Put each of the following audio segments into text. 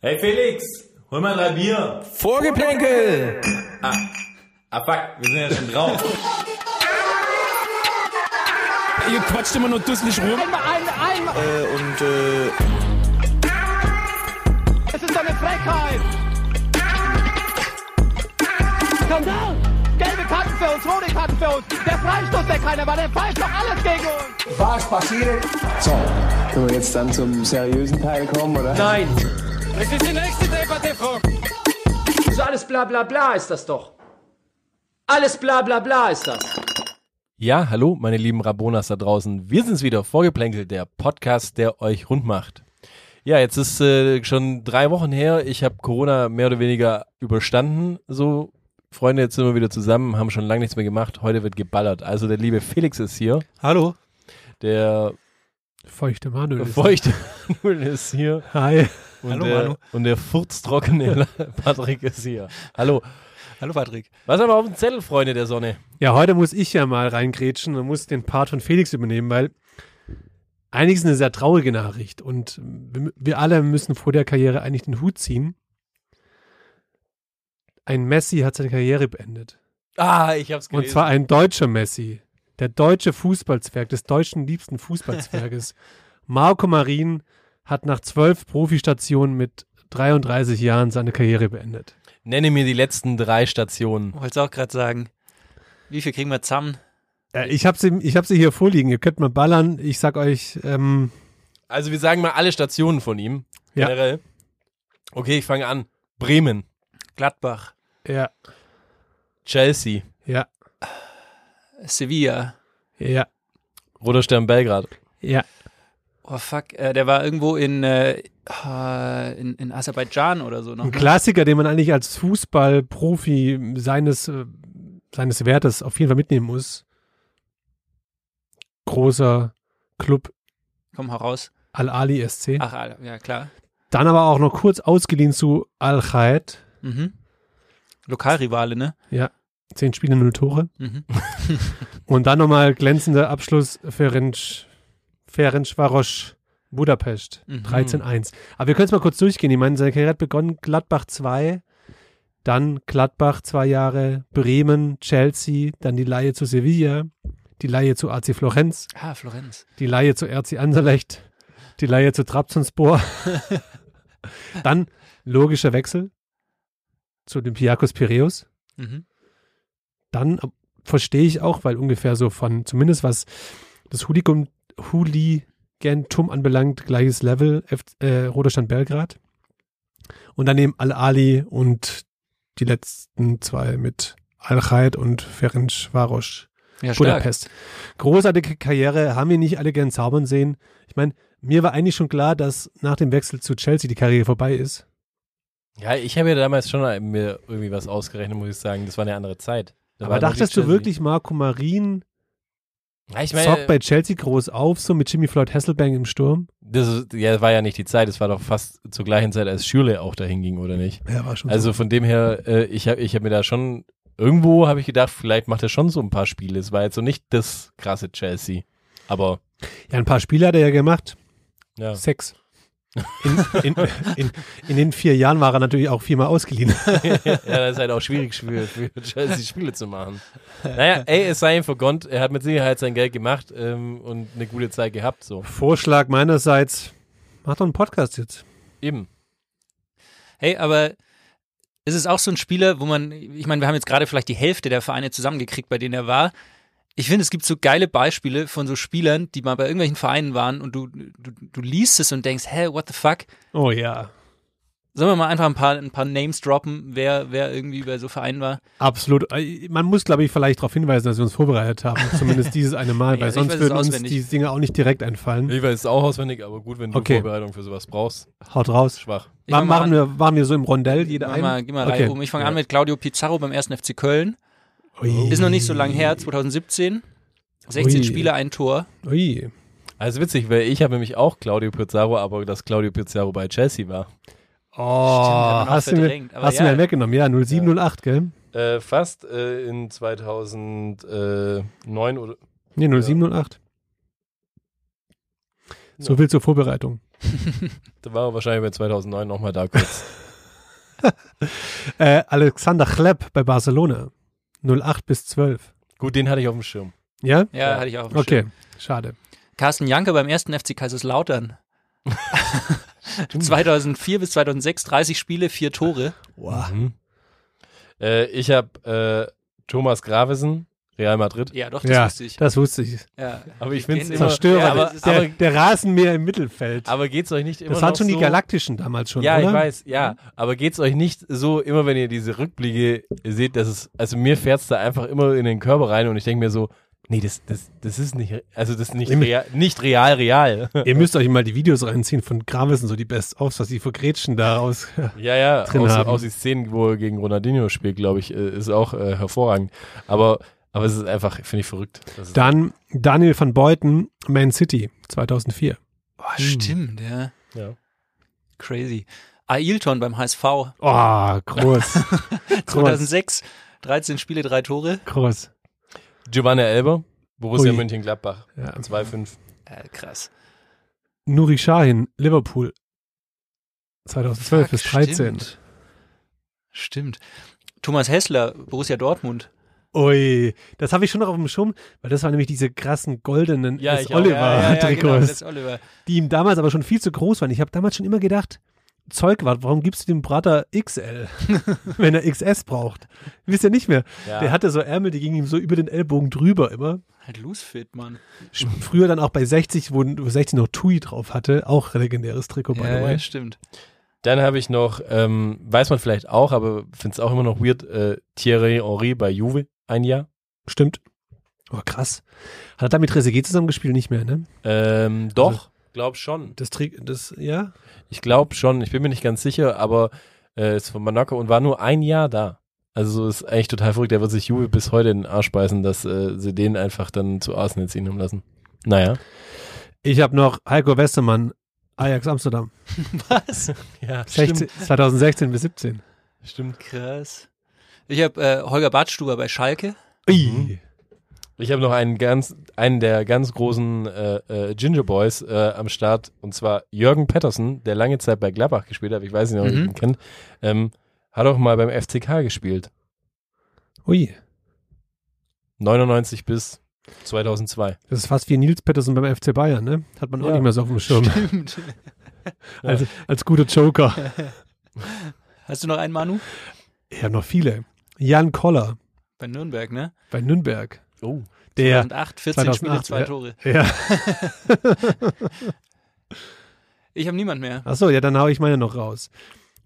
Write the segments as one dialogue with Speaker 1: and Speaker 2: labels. Speaker 1: Hey Felix, hol mal drei Bier.
Speaker 2: Vorgeplänkel!
Speaker 1: Ah fuck, wir sind ja schon drauf.
Speaker 2: Ihr quatscht immer nur dusselig rum.
Speaker 3: Einmal, einmal, einmal.
Speaker 2: Und äh,
Speaker 3: Es ist eine Frechheit. Skandal. Gelbe Karten für uns, rote Karten für uns. Der Freistoß, der keiner war, der pfeift doch alles gegen uns.
Speaker 4: Was passiert? So, können wir jetzt dann zum seriösen Teil kommen, oder?
Speaker 5: Nein. Das ist die nächste Debatte, Frau. So alles bla bla bla ist das doch. Alles bla bla bla ist das.
Speaker 2: ja, hallo, meine lieben Rabonas da draußen. Wir sind's wieder, Vorgeplänkel, der Podcast, der euch rund macht. Ja, jetzt ist äh, schon drei Wochen her. Ich habe Corona mehr oder weniger überstanden. So, Freunde, jetzt sind wir wieder zusammen, haben schon lange nichts mehr gemacht. Heute wird geballert. Also der liebe Felix ist hier.
Speaker 6: Hallo.
Speaker 2: Der
Speaker 6: Feuchte Manuel. ist-
Speaker 2: feuchte Null ist hier.
Speaker 6: Hi.
Speaker 2: Und
Speaker 6: Hallo,
Speaker 2: der,
Speaker 6: hallo.
Speaker 2: Und der furztrockene Patrick ist hier. Hallo.
Speaker 6: Hallo, Patrick.
Speaker 2: Was haben wir auf dem Zettel, Freunde der Sonne?
Speaker 6: Ja, heute muss ich ja mal reingrätschen und muss den Part von Felix übernehmen, weil eigentlich ist eine sehr traurige Nachricht und wir, wir alle müssen vor der Karriere eigentlich den Hut ziehen. Ein Messi hat seine Karriere beendet.
Speaker 2: Ah, ich hab's gelesen.
Speaker 6: Und zwar ein deutscher Messi. Der deutsche Fußballzwerg, des deutschen liebsten Fußballzwerges. Marco Marin hat nach zwölf Profistationen mit 33 Jahren seine Karriere beendet.
Speaker 2: Nenne mir die letzten drei Stationen.
Speaker 7: Wollte auch gerade sagen. Wie viel kriegen wir zusammen?
Speaker 6: Ja, Äh, ich habe sie, ich hab sie hier vorliegen. Ihr könnt mal ballern. Ich sag euch, ähm,
Speaker 2: Also wir sagen mal alle Stationen von ihm.
Speaker 6: Ja.
Speaker 2: Generell. Okay, ich fange an. Bremen,
Speaker 7: Gladbach,
Speaker 6: ja,
Speaker 2: Chelsea,
Speaker 6: ja,
Speaker 7: Sevilla.
Speaker 6: ja,
Speaker 2: Roter Stern Belgrad.
Speaker 6: ja.
Speaker 7: Oh fuck, äh, der war irgendwo in, äh, äh, in, in Aserbaidschan oder so noch.
Speaker 6: Ein
Speaker 7: Ne?
Speaker 6: Klassiker, den man eigentlich als Fußballprofi seines, äh, seines Wertes auf jeden Fall mitnehmen muss. Großer Club
Speaker 7: Komm heraus.
Speaker 6: Al-Ali SC.
Speaker 7: Ach, Al- ja klar.
Speaker 6: Dann aber auch noch kurz ausgeliehen zu Al-Khaed.
Speaker 7: Mhm. Lokalrivale, ne?
Speaker 6: Zehn Spiele, null Tore.
Speaker 7: Mhm.
Speaker 6: Und dann nochmal glänzender Abschluss Ferenc, Ferenc Varos Budapest.
Speaker 7: Mhm.
Speaker 6: 13-1. Aber wir können es mal kurz durchgehen. Ich meine, seine Karriere hat begonnen, Gladbach 2, dann Gladbach zwei Jahre, Bremen, Chelsea, dann die Laie zu Sevilla, die Laie zu AC Florenz,
Speaker 7: Ah, Florenz.
Speaker 6: die Laie zu RC Anderlecht, die Laie zu Trabzonspor. dann logischer Wechsel zu Olympiakos Piräus.
Speaker 7: Mhm.
Speaker 6: dann äh, verstehe ich auch, weil ungefähr so von, zumindest was das Hooligan, Hooligantum anbelangt, gleiches Level, F, äh, Roter Stern Belgrad. Und dann eben Al-Ali und die letzten zwei mit Al-Khaid und Ferenc Varos,
Speaker 7: Ja, stark.
Speaker 6: Budapest. Großartige Karriere, haben wir nicht alle gern zaubern sehen. Ich meine, mir war eigentlich schon klar, dass nach dem Wechsel zu Chelsea die Karriere vorbei ist.
Speaker 2: Ja, ich habe ja damals schon mir irgendwie was ausgerechnet, muss ich sagen. Das war eine andere Zeit. Da
Speaker 6: Aber
Speaker 2: war noch
Speaker 6: dachtest
Speaker 2: die
Speaker 6: du
Speaker 2: Chelsea.
Speaker 6: wirklich, Marco Marin
Speaker 2: Ja, ich
Speaker 6: zockt bei
Speaker 2: meine,
Speaker 6: Chelsea groß auf, so mit Jimmy Floyd Hasselbank im Sturm?
Speaker 2: das ist, ja, das war ja nicht die Zeit. Das war doch fast zur gleichen Zeit, als Schüle auch dahin ging, oder nicht?
Speaker 6: Ja, war schon
Speaker 2: Also von dem her, äh, ich habe ich hab mir da schon, irgendwo habe ich gedacht, vielleicht macht er schon so ein paar Spiele. Es war jetzt so nicht das krasse Chelsea. Aber
Speaker 6: Ja, ein paar Spiele hat er ja gemacht.
Speaker 2: ja.
Speaker 6: Sechs. In, in, in, in den vier Jahren war er natürlich auch viermal ausgeliehen.
Speaker 2: ja, das ist halt auch schwierig für, für Chelsea Spiele zu machen. Naja, ey, es sei ihm vergönnt. Er hat mit Sicherheit sein Geld gemacht ähm, und eine gute Zeit gehabt. So,
Speaker 6: Vorschlag meinerseits, mach doch einen Podcast jetzt.
Speaker 2: eben.
Speaker 7: Hey, aber ist es auch so ein Spieler, wo man, ich meine, wir haben jetzt gerade vielleicht die Hälfte der Vereine zusammengekriegt, bei denen er war. Ich finde, es gibt so geile Beispiele von so Spielern, die mal bei irgendwelchen Vereinen waren und du, du, du liest es und denkst, hä, what the fuck?
Speaker 6: Oh ja.
Speaker 7: Sollen wir mal einfach ein paar, ein paar Names droppen, wer, wer irgendwie bei so Vereinen war?
Speaker 6: Absolut. Äh, Man muss, glaube ich, vielleicht darauf hinweisen, dass wir uns vorbereitet haben. Zumindest dieses eine Mal,
Speaker 7: Ja,
Speaker 6: weil
Speaker 7: ich weiß
Speaker 6: sonst
Speaker 7: es
Speaker 6: würden uns
Speaker 7: auswendig.
Speaker 6: die Dinge auch nicht direkt einfallen.
Speaker 2: Ich weiß es auch auswendig, aber gut, wenn du
Speaker 6: Okay.
Speaker 2: Vorbereitung für sowas brauchst.
Speaker 6: Haut raus.
Speaker 2: Schwach.
Speaker 7: Ich
Speaker 6: Ma-
Speaker 7: fang mal
Speaker 6: machen, wir, machen wir so im Rondell jeder
Speaker 7: Mach
Speaker 6: ein?
Speaker 7: mal, geh mal
Speaker 6: Okay.
Speaker 7: Reihe um. Ich fange an mit Claudio Pizarro beim 1. FC Köln.
Speaker 6: Ui.
Speaker 7: Ist noch nicht so lang her, 2017. 16
Speaker 6: Ui.
Speaker 7: Spiele, ein Tor.
Speaker 6: Ui.
Speaker 2: Also witzig, weil ich habe nämlich auch Claudio Pizarro, aber dass Claudio Pizarro bei Chelsea war.
Speaker 6: Oh,
Speaker 7: man auch
Speaker 6: hast, du mir,
Speaker 7: verdrängt, aber
Speaker 6: hast
Speaker 7: ja.
Speaker 6: du mir weggenommen. Ja, 0708, gell?
Speaker 2: Äh, fast äh, in 2009 oder
Speaker 6: Nee, 0708. So viel zur Vorbereitung.
Speaker 2: Da war er wahrscheinlich bei 2009 nochmal da kurz.
Speaker 6: Äh, Alexander Chlepp bei Barcelona. 08 bis 12.
Speaker 2: Gut, den hatte ich auf dem Schirm.
Speaker 6: Ja?
Speaker 7: Ja, hatte ich auch. auf dem
Speaker 6: Okay,
Speaker 7: Schirm.
Speaker 6: schade.
Speaker 7: Carsten Janke beim ersten FC Kaiserslautern. 2004 bis 2006, 30 Spiele, vier Tore.
Speaker 2: Mhm. Äh, ich habe äh, Thomas Gravesen, Real Madrid.
Speaker 7: Ja, doch, das
Speaker 6: Ja,
Speaker 7: wusste ich.
Speaker 6: das wusste ich.
Speaker 7: Ja.
Speaker 2: Aber ich finde es
Speaker 7: Den-
Speaker 2: immer.
Speaker 6: Zerstörer.
Speaker 2: Ja, aber,
Speaker 6: der,
Speaker 2: aber,
Speaker 6: der Rasenmäher im Mittelfeld.
Speaker 2: aber geht's euch nicht immer
Speaker 6: das waren
Speaker 2: noch
Speaker 6: schon
Speaker 2: so,
Speaker 6: die Galaktischen damals schon,
Speaker 2: Ja,
Speaker 6: oder?
Speaker 2: ich weiß, ja. Aber geht's euch nicht so, immer wenn ihr diese Rückblicke seht, dass es, also mir fährt's da einfach immer in den Körper rein und ich denke mir so, nee, das, das, das ist nicht, also das ist nicht,
Speaker 6: Nämlich-
Speaker 2: real, nicht real, real.
Speaker 6: Ihr müsst euch mal die Videos reinziehen von Gravesen, so die Best-ofs, was die für Gretchen da aus.
Speaker 2: Ja, ja,
Speaker 6: drin
Speaker 2: aus,
Speaker 6: haben.
Speaker 2: aus die Szenen, wo er gegen Ronaldinho spielt, glaube ich, äh, ist auch äh, hervorragend. Aber, aber es ist einfach, finde ich verrückt. Das ist,
Speaker 6: Dann Daniel van Beuten, Man City, 2004.
Speaker 7: Boah, Ah, stimmt, ja.
Speaker 2: ja.
Speaker 7: Crazy. Ailton beim HSV,
Speaker 6: Oh, groß,
Speaker 7: 2006, 13 Spiele, drei Tore.
Speaker 6: groß.
Speaker 2: Giovanna Elber, Borussia
Speaker 6: Ui.
Speaker 2: Mönchengladbach,
Speaker 6: Ja.
Speaker 2: 2-5.
Speaker 7: Äh, krass.
Speaker 6: Nuri Sahin, Liverpool, 2012
Speaker 7: Fuck,
Speaker 6: bis 13.
Speaker 7: Stimmt. stimmt. Thomas Hessler, Borussia Dortmund.
Speaker 6: Ui, das habe ich schon noch auf dem Schirm, weil das waren nämlich diese krassen goldenen
Speaker 2: Ja, ich auch.
Speaker 7: ja, ja, genau,
Speaker 6: Oliver-Trikots,
Speaker 7: das ist Oliver.
Speaker 6: die ihm damals aber schon viel zu groß waren. Ich habe damals schon immer gedacht, Zeug war, warum gibst du dem Brater XL, wenn er XS braucht? Wisst ihr nicht mehr.
Speaker 2: Ja.
Speaker 6: Der hatte so Ärmel, die gingen ihm so über den Ellbogen drüber immer.
Speaker 7: Halt loose fit, Mann.
Speaker 6: Sch- Früher dann auch bei 60, wo 60 noch Tui drauf hatte, auch legendäres Trikot, by the
Speaker 7: Ja,
Speaker 6: way.
Speaker 7: ja, Oh, stimmt.
Speaker 2: Dann habe ich noch, ähm, weiß man vielleicht auch, aber finde es auch immer noch weird, äh, Thierry Henry bei Juve, ein Jahr.
Speaker 6: Stimmt. Oh, krass. Hat er da mit Resegé zusammengespielt? Nicht mehr, ne?
Speaker 2: Ähm, doch, glaub schon.
Speaker 6: Das Trikot, das, ja?
Speaker 2: Ich glaube schon, ich bin mir nicht ganz sicher, aber äh, ist von Monaco und war nur ein Jahr da. Also ist eigentlich total verrückt, der wird sich Juve bis heute in den Arsch beißen, dass äh, sie den einfach dann zu Arsenal ziehen haben lassen. Naja.
Speaker 6: Ich habe noch Heiko Westermann, Ajax Amsterdam.
Speaker 7: Was?
Speaker 2: Ja,
Speaker 6: 16, 2016 bis 17.
Speaker 2: stimmt.
Speaker 7: Krass. Ich habe äh, Holger Badstuber bei Schalke.
Speaker 6: Ui.
Speaker 2: Ich habe noch einen ganz, einen der ganz großen äh, äh, Ginger Boys äh, am Start und zwar Jürgen Pettersen, der lange Zeit bei Gladbach gespielt hat. Ich weiß nicht, ob ihr
Speaker 7: Mhm.
Speaker 2: ihn kennt. Ähm, hat auch mal beim FCK gespielt.
Speaker 6: Ui.
Speaker 2: 99 bis 2002.
Speaker 6: Das ist fast wie Nils Pettersen beim FC Bayern, ne? Hat man auch
Speaker 2: Ja.
Speaker 6: nicht mehr so auf dem Schirm.
Speaker 7: Stimmt.
Speaker 6: Als, als guter Joker.
Speaker 7: Hast du noch einen Manu?
Speaker 6: Ich habe noch viele. Jan Koller
Speaker 7: Bei Nürnberg, ne?
Speaker 6: bei Nürnberg.
Speaker 2: Oh.
Speaker 6: Der,
Speaker 7: 2008, 14 Spiele,
Speaker 6: 2008,
Speaker 7: zwei
Speaker 6: ja.
Speaker 7: Tore.
Speaker 6: ja.
Speaker 7: Ich habe niemand mehr.
Speaker 6: Achso, ja, dann hau ich meine noch raus.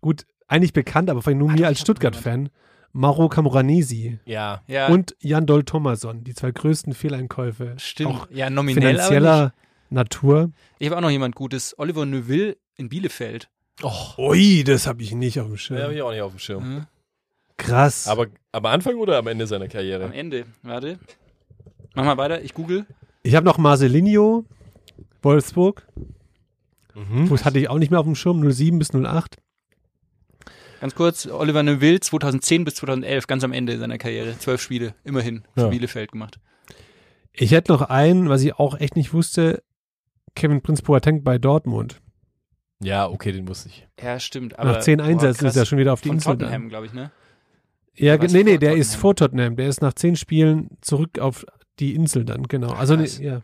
Speaker 6: Gut, eigentlich bekannt, aber vor allem nur mir als Stuttgart-Fan. Mauro Camoranesi
Speaker 2: Ja.
Speaker 7: Ja,
Speaker 6: und Jan Dol Thomasson, die zwei größten Fehleinkäufe.
Speaker 7: stimmt.
Speaker 6: Auch
Speaker 7: ja, nominell. Aber nicht.
Speaker 6: finanzieller Natur.
Speaker 7: Ich habe auch noch jemand Gutes. Oliver Neuville in Bielefeld. Oh.
Speaker 6: Ui, das habe ich nicht auf
Speaker 2: Den
Speaker 6: dem
Speaker 2: habe
Speaker 6: Schirm.
Speaker 2: ich auch nicht auf dem Schirm.
Speaker 7: Mhm.
Speaker 6: Krass.
Speaker 2: Aber am Anfang oder am Ende seiner
Speaker 7: Am
Speaker 2: Karriere?
Speaker 7: Ende. Warte. Mach mal weiter. Ich google.
Speaker 6: Ich habe noch Marcelinho, Wolfsburg. Das hatte ich auch nicht mehr auf dem Schirm, 07 bis 08.
Speaker 7: Ganz kurz. Oliver Neuville 2010 bis 2011, ganz am Ende seiner Karriere. Zwölf Spiele, immerhin, für
Speaker 2: Ja.
Speaker 7: Bielefeld gemacht.
Speaker 6: Ich hätte noch einen, was ich auch echt nicht wusste, Kevin Prinz Boateng bei Dortmund.
Speaker 2: Ja, okay, den wusste ich.
Speaker 7: Ja, stimmt. Aber,
Speaker 6: Nach zehn
Speaker 7: boah,
Speaker 6: Einsätzen
Speaker 7: krass.
Speaker 6: ist er schon wieder auf die
Speaker 7: Von
Speaker 6: Insel
Speaker 7: Tottenham,
Speaker 6: dann.
Speaker 7: glaube ich, ne?
Speaker 6: Ja,
Speaker 7: Der
Speaker 6: ge-
Speaker 7: war
Speaker 6: nee, nee,
Speaker 7: vor
Speaker 6: der ist
Speaker 7: Tottenham.
Speaker 6: vor Tottenham. Der ist nach zehn Spielen zurück auf die Insel dann, genau. Also, nee,
Speaker 7: Krass.
Speaker 6: ja.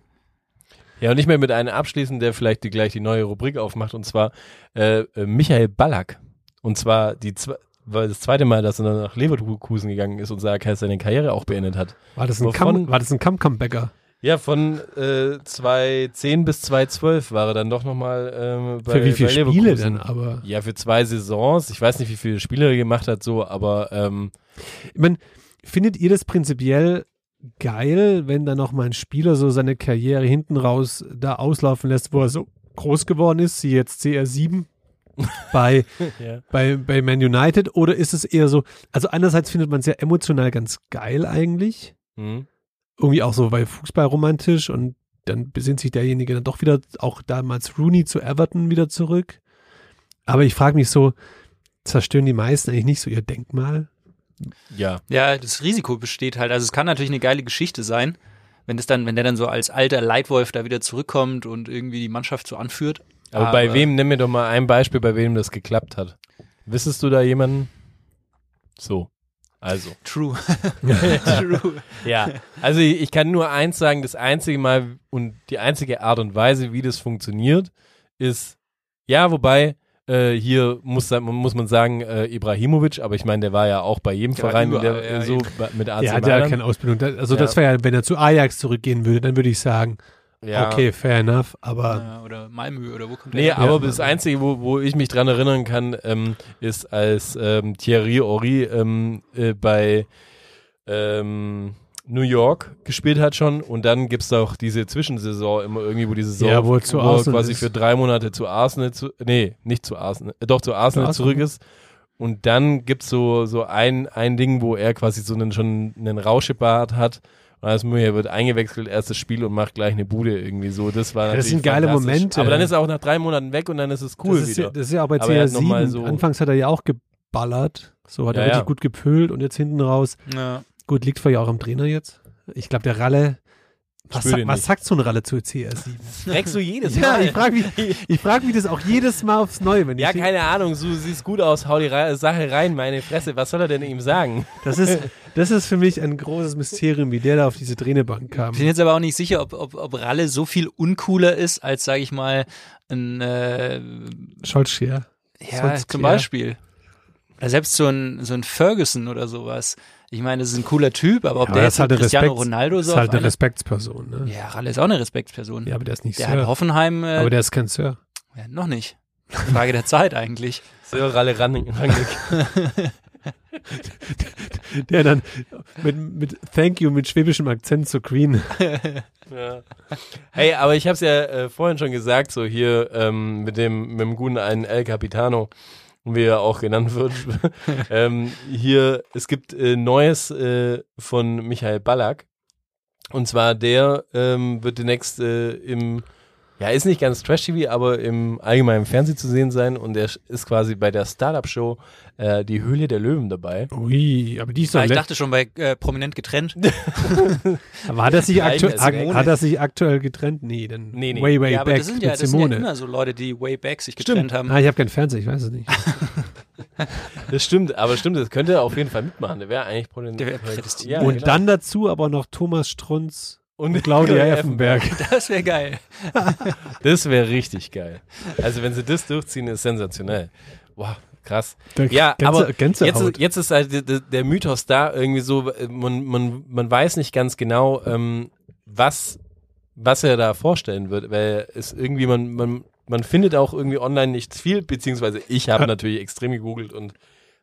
Speaker 2: Ja, und nicht mehr mit einem abschließen, der vielleicht die, gleich die neue Rubrik aufmacht, und zwar äh, äh, Michael Ballack. Und zwar die zwe- weil das zweite Mal, dass er dann nach Leverkusen gegangen ist und Sarkis seine Karriere auch beendet hat.
Speaker 6: War das ein,
Speaker 2: Wovon-
Speaker 6: Kam, war das ein Kam Comebacker?
Speaker 2: Ja, von äh, 2010 bis 2012 war er dann doch nochmal ähm, bei,
Speaker 6: Für wie viele
Speaker 2: bei
Speaker 6: Spiele
Speaker 2: Leverkusen.
Speaker 6: denn aber?
Speaker 2: Ja, für zwei Saisons. Ich weiß nicht, wie viele Spiele er gemacht hat, so, aber ähm,
Speaker 6: Ich meine, findet ihr das prinzipiell geil, wenn dann noch mal ein Spieler so seine Karriere hinten raus da auslaufen lässt, wo er so groß geworden ist, wie jetzt CR7 bei,
Speaker 2: Ja.
Speaker 6: bei, bei Man United? Oder ist es eher so, also einerseits findet man es ja emotional ganz geil eigentlich,
Speaker 2: hm,
Speaker 6: irgendwie auch so bei Fußball romantisch und dann besinnt sich derjenige dann doch wieder, auch damals Rooney zu Everton wieder zurück. Aber ich frage mich so, zerstören die meisten eigentlich nicht so ihr Denkmal?
Speaker 2: ja.
Speaker 7: Ja, das Risiko besteht halt. Also es kann natürlich eine geile Geschichte sein, wenn das dann, wenn der dann so als alter Leitwolf da wieder zurückkommt und irgendwie die Mannschaft so anführt.
Speaker 2: Aber bei wem, nimm mir doch mal ein Beispiel, bei wem das geklappt hat. Wissest du da jemanden? So. Also.
Speaker 7: True. True.
Speaker 2: Ja, also ich ich kann nur eins sagen, das einzige Mal und die einzige Art und Weise, wie das funktioniert, ist, ja, wobei, äh, hier muss, sa- muss man sagen, äh, Ibrahimovic, aber ich meine, der war ja auch bei jedem
Speaker 7: war
Speaker 2: Verein
Speaker 7: überall,
Speaker 2: der,
Speaker 7: ja,
Speaker 2: so
Speaker 7: eben.
Speaker 2: bei- mit AC
Speaker 6: Der hat ja
Speaker 2: Mailand.
Speaker 6: keine Ausbildung. Da- Also
Speaker 2: Also Ja.
Speaker 6: das wäre ja, wenn er zu Ajax zurückgehen würde, dann würde ich sagen,
Speaker 2: Ja.
Speaker 6: okay, fair enough, aber
Speaker 7: Ja, oder Malmö oder wo kommt der
Speaker 2: Nee,
Speaker 7: her?
Speaker 2: aber das
Speaker 6: also.
Speaker 2: Einzige, wo, wo ich mich dran erinnern kann, ähm, ist als ähm, Thierry Ori ähm, äh, bei ähm, New York gespielt hat schon und dann gibt's da auch diese Zwischensaison immer irgendwie, wo die Saison
Speaker 6: Ja, wo er zu
Speaker 2: er
Speaker 6: Arsenal
Speaker 2: quasi
Speaker 6: ist.
Speaker 2: für drei Monate zu Arsenal zu, nee, nicht zu Arsenal, äh, doch zu Arsenal,
Speaker 6: Zu Arsenal.
Speaker 2: zurück ist und dann gibt's so, so ein, ein Ding, wo er quasi so einen, schon einen Rauschebart hat und als Müller wird eingewechselt, erstes Spiel und macht gleich eine Bude irgendwie so. Das war
Speaker 6: Ja, das
Speaker 2: natürlich
Speaker 6: sind geile
Speaker 2: fantastisch.
Speaker 6: Momente.
Speaker 2: Aber dann ist er auch nach drei Monaten weg und dann ist es cool
Speaker 6: das, ist, ja-
Speaker 2: wieder.
Speaker 6: das ist ja auch bei
Speaker 2: Aber er hat noch mal
Speaker 6: CR7.
Speaker 2: so-
Speaker 6: Anfangs hat er ja auch geballert, so hat er
Speaker 2: Ja,
Speaker 6: richtig
Speaker 2: ja.
Speaker 6: gut gepölt und jetzt hinten raus,
Speaker 7: Ja.
Speaker 6: gut, liegt vorher auch am Trainer jetzt. Ich glaube, der Ralle, was,
Speaker 2: Spür
Speaker 6: sa-
Speaker 2: den
Speaker 6: was
Speaker 2: nicht.
Speaker 6: sagt so ein Ralle zu CR7?
Speaker 2: Fragst du jedes
Speaker 6: Ja, ich frage mich, ich frag mich das auch jedes Mal aufs Neue, wenn ich
Speaker 2: Ja, keine Ahnung, so siehst gut aus, hau die Re Sache rein, meine Fresse, was soll er denn ihm sagen?
Speaker 6: Das ist, das ist für mich ein großes Mysterium, wie der da auf diese Trainerbank kam.
Speaker 7: Ich bin jetzt aber auch nicht sicher, ob, ob, ob Ralle so viel uncooler ist, als, sage ich mal, ein, äh,
Speaker 6: Scholz, ja.
Speaker 7: ja,
Speaker 6: Sonst-
Speaker 7: zum
Speaker 6: ja.
Speaker 7: Beispiel. Oder selbst so ein, so ein Ferguson oder sowas. Ich meine, das ist ein cooler Typ, aber ob
Speaker 6: aber
Speaker 7: der
Speaker 6: das
Speaker 7: jetzt
Speaker 6: ist
Speaker 7: mit
Speaker 6: halt der
Speaker 7: Cristiano
Speaker 6: Respekt-
Speaker 7: Ronaldo
Speaker 6: Das
Speaker 7: so
Speaker 6: ist halt
Speaker 7: auf
Speaker 6: eine
Speaker 7: eine,
Speaker 6: Respektsperson, ne?
Speaker 7: Ja, Ralle ist auch eine Respektsperson.
Speaker 6: Ja, aber der ist nicht
Speaker 7: der
Speaker 6: Sir.
Speaker 7: hat Hoffenheim äh,
Speaker 6: aber der ist kein Sir.
Speaker 7: ja, noch nicht. Frage der Zeit eigentlich.
Speaker 2: So, Ralle ran,
Speaker 6: Der dann mit, mit Thank you mit schwäbischem Akzent zu Queen.
Speaker 2: ja. Hey, aber ich hab's ja äh, vorhin schon gesagt, so hier ähm, mit, dem, mit dem guten einen El Capitano, wie er auch genannt wird. ähm, hier, es gibt äh, Neues äh, von Michael Ballack. Und zwar der ähm, wird demnächst äh, im, ja, ist nicht ganz Trash-TV, aber im allgemeinen Fernsehen zu sehen sein. Und er ist quasi bei der Startup-Show äh, Die Höhle der Löwen dabei.
Speaker 6: Ui, aber die ist
Speaker 7: Ja,
Speaker 6: doch
Speaker 7: ich
Speaker 6: let-
Speaker 7: dachte schon bei äh, prominent getrennt.
Speaker 6: War das sich
Speaker 2: Nein,
Speaker 6: aktuell,
Speaker 2: das ist
Speaker 6: hat das sich aktuell getrennt? Nee, dann
Speaker 2: Nee, nee.
Speaker 6: way, way
Speaker 7: ja, aber
Speaker 6: back
Speaker 7: das sind ja,
Speaker 6: mit
Speaker 7: das sind ja
Speaker 6: Simone.
Speaker 7: immer so Leute, die way back sich getrennt haben.
Speaker 6: ah, ich habe keinen Fernseher, ich weiß es nicht.
Speaker 2: Das stimmt, aber stimmt, das könnte er auf jeden Fall mitmachen. Der wäre eigentlich potenziell.
Speaker 7: Der wär prädestiniert.
Speaker 2: Ja,
Speaker 6: Und
Speaker 2: klar.
Speaker 6: dann dazu aber noch Thomas Strunz und Claudia Effenberg.
Speaker 7: Das wäre geil.
Speaker 2: Das wäre richtig geil. Also wenn sie das durchziehen, ist sensationell. Wow, krass.
Speaker 6: Der
Speaker 2: Ja,
Speaker 6: Gänse-
Speaker 2: aber jetzt,
Speaker 6: Gänsehaut.
Speaker 2: ist- jetzt ist halt der- der, der Mythos da irgendwie so, äh, man, man, man weiß nicht ganz genau, ähm, was, was er da vorstellen wird, weil es irgendwie, man, man, man findet auch irgendwie online nicht viel, beziehungsweise ich
Speaker 6: Äh.
Speaker 2: habe natürlich extrem gegoogelt und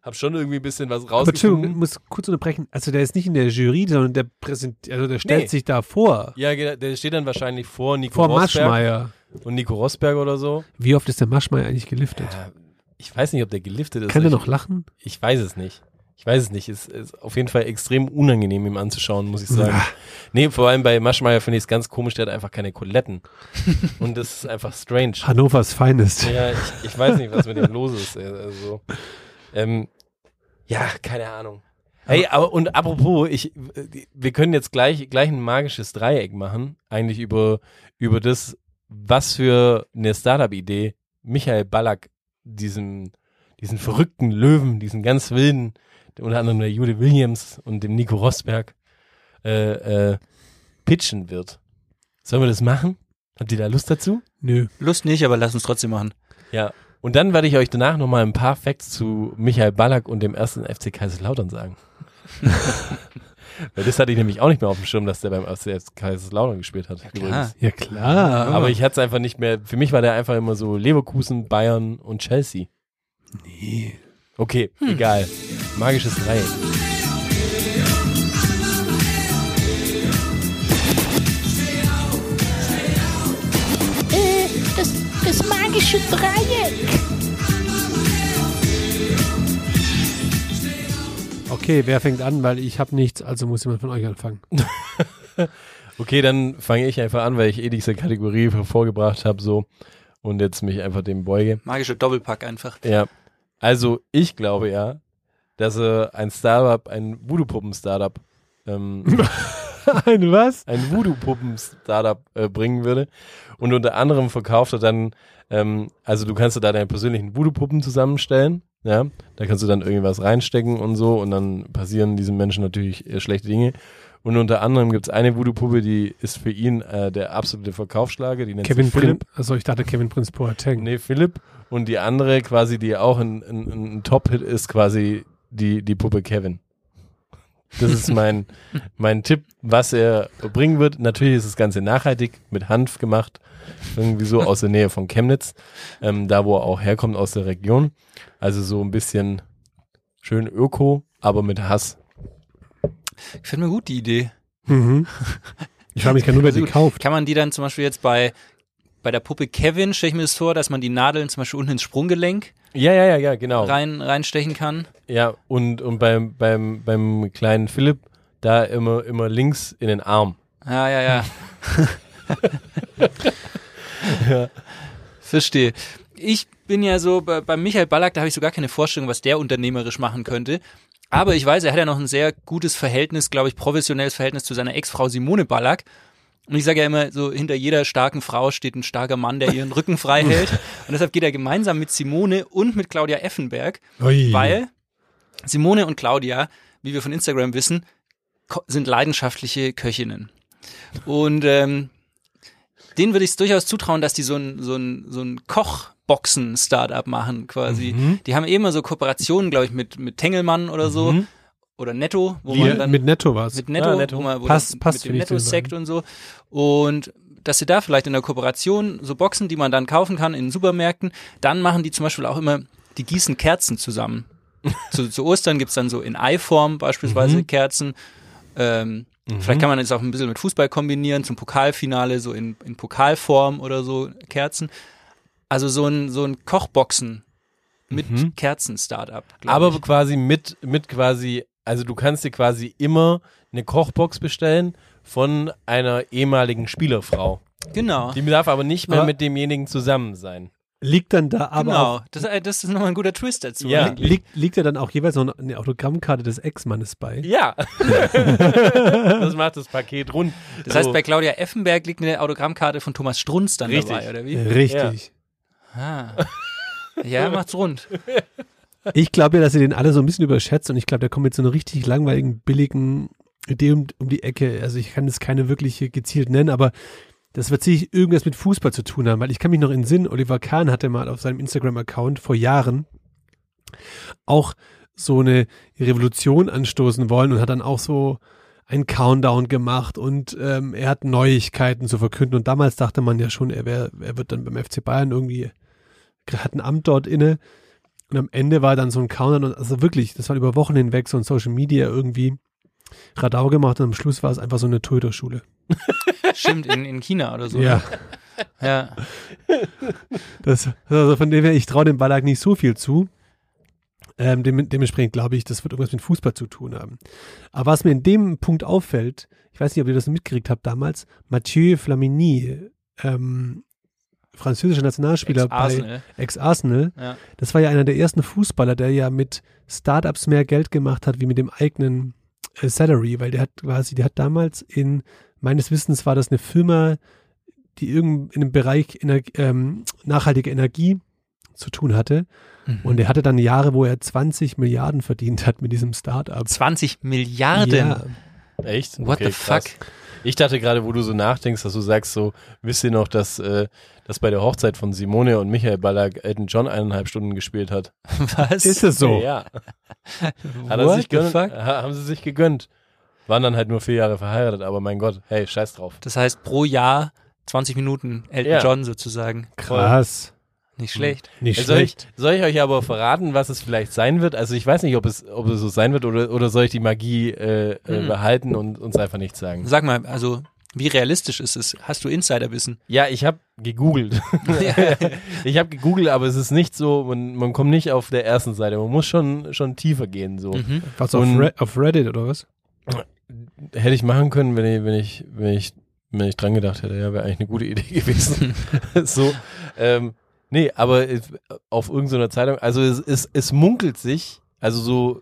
Speaker 2: habe schon irgendwie ein bisschen was
Speaker 6: Aber Entschuldigung, ich
Speaker 2: rausgefunden.
Speaker 6: muss kurz unterbrechen. Also der ist nicht in der Jury, sondern der präsentiert, also der stellt
Speaker 2: Nee.
Speaker 6: sich da vor.
Speaker 2: Ja, genau, der steht dann wahrscheinlich vor Nico
Speaker 6: Vor
Speaker 2: Rosberg
Speaker 6: Maschmeyer.
Speaker 2: und Nico Rosberg oder so.
Speaker 6: Wie oft ist der Maschmeyer eigentlich geliftet?
Speaker 2: Ich weiß nicht, ob der geliftet ist.
Speaker 6: Kann der
Speaker 2: Ich-
Speaker 6: noch lachen?
Speaker 2: Ich weiß es nicht. Ich weiß es nicht. Es ist auf jeden Fall extrem unangenehm, ihm anzuschauen, muss ich sagen. Nee, vor allem bei Maschmeyer finde ich es ganz komisch, der hat einfach keine Koletten. Und das ist einfach strange.
Speaker 6: Hannovers Finest.
Speaker 2: Ja, ich, ich weiß nicht, was mit dem los ist. äh, Also, ähm, ja, keine Ahnung. Hey, aber und apropos, ich, äh, die- wir können jetzt gleich, gleich ein magisches Dreieck machen, eigentlich über, über das, was für eine Startup-Idee Michael Ballack diesen, diesen verrückten Löwen, diesen ganz wilden, unter anderem der Jude Williams und dem Nico Rosberg, äh, äh, pitchen wird. Sollen wir das machen? Habt ihr da Lust dazu?
Speaker 6: Nö.
Speaker 7: Lust nicht, aber lass uns trotzdem machen.
Speaker 2: Ja. Und dann werde ich euch danach nochmal ein paar Facts zu Michael Ballack und dem ersten FC Kaiserslautern sagen. Weil das hatte ich nämlich auch nicht mehr auf dem Schirm, dass der beim FC Kaiserslautern gespielt hat. übrigens.
Speaker 6: Ja klar.
Speaker 2: Aber ich hatte es einfach nicht mehr. Für mich war der einfach immer so Leverkusen, Bayern und Chelsea.
Speaker 6: nee.
Speaker 2: Okay, egal. Magisches Dreieck.
Speaker 8: Äh, das, das magische Dreieck.
Speaker 6: Okay, wer fängt an? Weil ich habe nichts, also muss jemand von euch anfangen.
Speaker 2: Okay, dann fange ich einfach an, weil ich eh diese Kategorie vorgebracht habe so und jetzt mich einfach dem beuge.
Speaker 7: Magischer Doppelpack einfach.
Speaker 2: Ja. Also, ich glaube äh, ja, dass er ein Startup, ein Voodoo-Puppen-Startup ähm,
Speaker 6: Ein was?
Speaker 2: ein Voodoo-Puppen-Startup äh, bringen würde. Und unter anderem verkauft er dann, ähm, also du kannst dir da deine persönlichen Voodoo-Puppen zusammenstellen. Ja, da kannst du dann irgendwas reinstecken und so und dann passieren diesen Menschen natürlich äh, schlechte Dinge. Und unter anderem gibt es eine Voodoo-Puppe, die ist für ihn äh, der absolute Verkaufsschlager. Die nennt
Speaker 6: Kevin
Speaker 2: sich Philipp.
Speaker 6: Philipp. Also ich dachte Kevin Prince Boateng.
Speaker 2: Nee, Philipp. Und die andere quasi, die auch ein, ein, ein Top-Hit ist, quasi die, die Puppe Kevin. Das ist mein, mein Tipp, was er bringen wird. Natürlich ist das Ganze nachhaltig, mit Hanf gemacht. Irgendwie so aus der Nähe von Chemnitz. Ähm, da, wo er auch herkommt, aus der Region. Also so ein bisschen schön öko, aber mit Hass.
Speaker 7: Finde mir gut die Idee.
Speaker 6: Mhm. Ich frage mich gar nur, wer sie
Speaker 7: Also,
Speaker 6: kauft.
Speaker 7: Kann man die dann zum Beispiel jetzt bei, bei der Puppe Kevin, stelle ich mir das vor, dass man die Nadeln zum Beispiel unten ins Sprunggelenk
Speaker 2: Ja, ja, ja, ja, genau.
Speaker 7: rein, reinstechen kann?
Speaker 2: Ja, und, und beim, beim, beim kleinen Philipp, da immer, immer links in den Arm.
Speaker 7: Ja, ja, ja. Verstehe. Ich bin ja so, bei, bei Michael Ballack, da habe ich so gar keine Vorstellung, was der unternehmerisch machen könnte. Aber ich weiß, er hat ja noch ein sehr gutes Verhältnis, glaube ich, professionelles Verhältnis zu seiner Ex-Frau Simone Ballack. Und ich sage ja immer, so hinter jeder starken Frau steht ein starker Mann, der ihren Rücken frei hält. Und deshalb geht er gemeinsam mit Simone und mit Claudia Effenberg
Speaker 6: Ui.
Speaker 7: weil Simone und Claudia, wie wir von Instagram wissen, ko- sind leidenschaftliche Köchinnen. Und ähm, denen würde ich es durchaus zutrauen, dass die so ein, so ein, so ein Kochboxen-Startup machen quasi.
Speaker 6: Mhm.
Speaker 7: Die haben eh immer so Kooperationen, glaube ich, mit, mit Tengelmann oder so. Oder Netto, wo
Speaker 6: Mhm. Wie,
Speaker 7: man dann
Speaker 6: mit Netto war es.
Speaker 7: mit Netto,
Speaker 2: Ja, Netto.
Speaker 7: Wo man, wo
Speaker 6: Passt-
Speaker 7: das,
Speaker 6: passt,
Speaker 7: mit dem
Speaker 6: finde ich, zu den
Speaker 7: Netto-Sekt und so. Und dass sie da vielleicht in der Kooperation so Boxen, die man dann kaufen kann in Supermärkten, dann machen die zum Beispiel auch immer, die gießen Kerzen zusammen. zu, zu Ostern gibt's dann so in Eiform beispielsweise
Speaker 2: Mhm.
Speaker 7: Kerzen. Ähm, Vielleicht kann man das auch ein bisschen mit Fußball kombinieren, zum Pokalfinale, so in, in Pokalform oder so Kerzen. Also so ein, so ein Kochboxen mit Kerzen-Startup. glaub
Speaker 2: Mhm. Aber
Speaker 7: ich.
Speaker 2: quasi mit, mit quasi, also du kannst dir quasi immer eine Kochbox bestellen von einer ehemaligen Spielerfrau.
Speaker 7: genau.
Speaker 2: Die darf aber nicht mehr
Speaker 6: Aber-
Speaker 2: mit demjenigen zusammen sein.
Speaker 6: Liegt dann da aber auch,
Speaker 7: Genau, das, äh, das ist nochmal ein guter Twist dazu.
Speaker 2: Ja.
Speaker 7: eigentlich.
Speaker 6: liegt, liegt da dann auch jeweils noch eine Autogrammkarte des Ex-Mannes bei?
Speaker 2: Ja. das macht das Paket rund.
Speaker 7: Das heißt,
Speaker 2: So.
Speaker 7: bei Claudia Effenberg liegt eine Autogrammkarte von Thomas Strunz dann
Speaker 2: Richtig.
Speaker 7: dabei, oder wie?
Speaker 6: Richtig.
Speaker 7: Ah. Ja, macht's rund.
Speaker 6: Ich glaube ja, dass ihr den alle so ein bisschen überschätzt und ich glaube, der kommt mit so einer richtig langweiligen, billigen Idee um, um die Ecke. Also ich kann das keine wirkliche gezielt nennen, aber das wird sicherlich irgendwas mit Fußball zu tun haben, weil ich kann mich noch in Sinn, Oliver Kahn hatte mal auf seinem Instagram-Account vor Jahren auch so eine Revolution anstoßen wollen und hat dann auch so einen Countdown gemacht und ähm, er hat Neuigkeiten zu verkünden und damals dachte man ja schon, er, wär, er wird dann beim FC Bayern irgendwie, hat ein Amt dort inne und am Ende war dann so ein Countdown, und also wirklich, das war über Wochen hinweg so ein Social Media irgendwie Radau gemacht und am Schluss war es einfach so eine Toyota-Schule.
Speaker 7: Stimmt, in, in China oder so.
Speaker 6: Ja,
Speaker 7: ne? ja.
Speaker 6: das, also von dem her, ich traue dem Ballack nicht so viel zu. Ähm, dem, dementsprechend glaube ich, das wird irgendwas mit Fußball zu tun haben. Aber was mir in dem Punkt auffällt, ich weiß nicht, ob ihr das mitgekriegt habt damals, Mathieu Flamini, ähm, französischer Nationalspieler bei
Speaker 7: Ex-Arsenal.
Speaker 6: Ex-Arsenal,
Speaker 7: Ja.
Speaker 6: Das war ja einer der ersten Fußballer, der ja mit Startups mehr Geld gemacht hat, wie mit dem eigenen äh, Salary, weil der hat quasi, der hat damals in, meines Wissens war das eine Firma, die irgend in dem Bereich Ener ähm, nachhaltige Energie zu tun hatte.
Speaker 2: Mhm.
Speaker 6: Und er hatte dann Jahre, wo er 20 Milliarden verdient hat mit diesem Startup.
Speaker 7: 20 Milliarden.
Speaker 6: Ja,
Speaker 2: Echt?
Speaker 7: What the fuck?
Speaker 2: Ich dachte gerade, wo du so nachdenkst, dass du sagst so, wisst ihr noch, dass, äh, dass bei der Hochzeit von Simone und Michael Ballack Elton John eineinhalb Stunden gespielt hat?
Speaker 7: Was?
Speaker 6: ist es so?
Speaker 2: Ja. Hat er
Speaker 7: What
Speaker 2: sich
Speaker 7: the
Speaker 2: gönn-
Speaker 7: fuck?
Speaker 2: ha- haben sie sich gegönnt. Waren dann halt nur vier Jahre verheiratet, aber mein Gott, hey, scheiß drauf.
Speaker 7: Das heißt, pro Jahr 20 Minuten Elton
Speaker 2: Ja.
Speaker 7: John sozusagen.
Speaker 6: Krass.
Speaker 7: Nicht schlecht.
Speaker 6: Nicht
Speaker 2: Äh, Soll ich,
Speaker 6: schlecht.
Speaker 2: soll ich euch aber verraten, was es vielleicht sein wird? Also ich weiß nicht, ob es, ob es so sein wird oder, oder soll ich die Magie äh, äh, behalten und uns einfach nichts sagen?
Speaker 7: Sag mal, also, wie realistisch ist es? Hast du Insiderwissen?
Speaker 2: Ja, ich habe gegoogelt. ich habe gegoogelt, aber es ist nicht so, man, man kommt nicht auf der ersten Seite. Man muss schon, schon tiefer gehen. So
Speaker 6: Was auf,
Speaker 2: Und-
Speaker 6: Re auf Reddit oder was?
Speaker 2: hätte ich machen können, wenn ich, wenn ich, wenn ich, wenn ich dran gedacht hätte. Ja, wäre eigentlich eine gute Idee gewesen. so, ähm, nee, aber es- auf irgendeiner Zeitung. Also es, es, es munkelt sich, also so,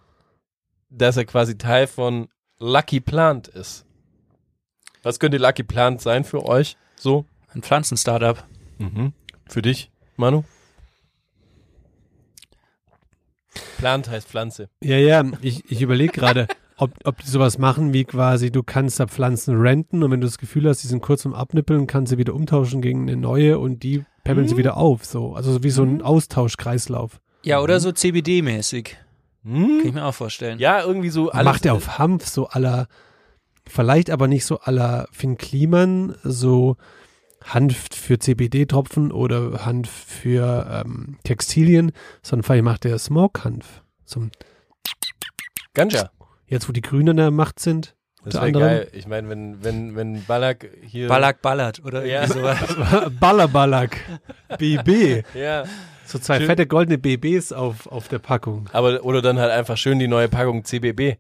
Speaker 2: dass er quasi Teil von Lucky Plant ist. Was könnte Lucky Plant sein für euch? So,
Speaker 7: Ein Pflanzen-Startup.
Speaker 2: für dich, Manu? Plant heißt Pflanze.
Speaker 6: Ja, ja, ich, ich überlege gerade, ob, ob die sowas machen wie quasi, du kannst da Pflanzen renten und wenn du das Gefühl hast, die sind kurz zum Abnippeln, kannst du wieder umtauschen gegen eine neue und die peppeln sie wieder auf. So. Also so wie so ein Austauschkreislauf.
Speaker 7: Ja, oder so CBD-mäßig. Kann
Speaker 2: Hm?
Speaker 7: ich mir auch vorstellen.
Speaker 2: Mhm. Ja, irgendwie so alles.
Speaker 6: Macht er auf Hanf so aller, vielleicht aber nicht so aller Finn Kliman, so Hanf für CBD-Tropfen oder Hanf für ähm, Textilien, sondern vielleicht macht er Smoke-Hanf. Zum,
Speaker 2: Ganja.
Speaker 6: jetzt, wo die Grünen an der Macht sind.
Speaker 2: Das
Speaker 6: Unter
Speaker 2: wäre
Speaker 6: anderem.
Speaker 2: geil. Ich meine, wenn, wenn, wenn Ballack hier.
Speaker 7: Ballack ballert oder
Speaker 2: Ja.
Speaker 7: irgendwie sowas.
Speaker 6: Ballerballack. BB.
Speaker 2: Ja.
Speaker 6: So zwei fette goldene BBs auf, auf der Packung.
Speaker 2: Aber, oder dann halt einfach schön die neue Packung CBB.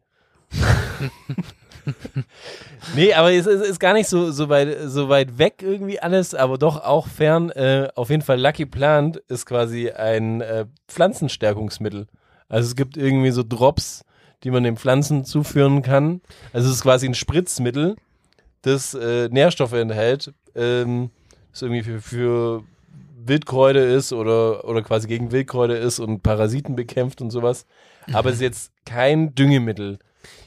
Speaker 2: nee, aber es ist, ist gar nicht so, so, weit, so weit weg irgendwie alles, aber doch auch fern. Äh, auf jeden Fall Lucky Plant ist quasi ein äh, Pflanzenstärkungsmittel. Also es gibt irgendwie so Drops, die man den Pflanzen zuführen kann. Also es ist quasi ein Spritzmittel, das äh, Nährstoffe enthält, ähm, das irgendwie für, für Wildkräuter ist oder, oder quasi gegen Wildkräuter ist und Parasiten bekämpft und sowas. Aber es ist jetzt kein Düngemittel.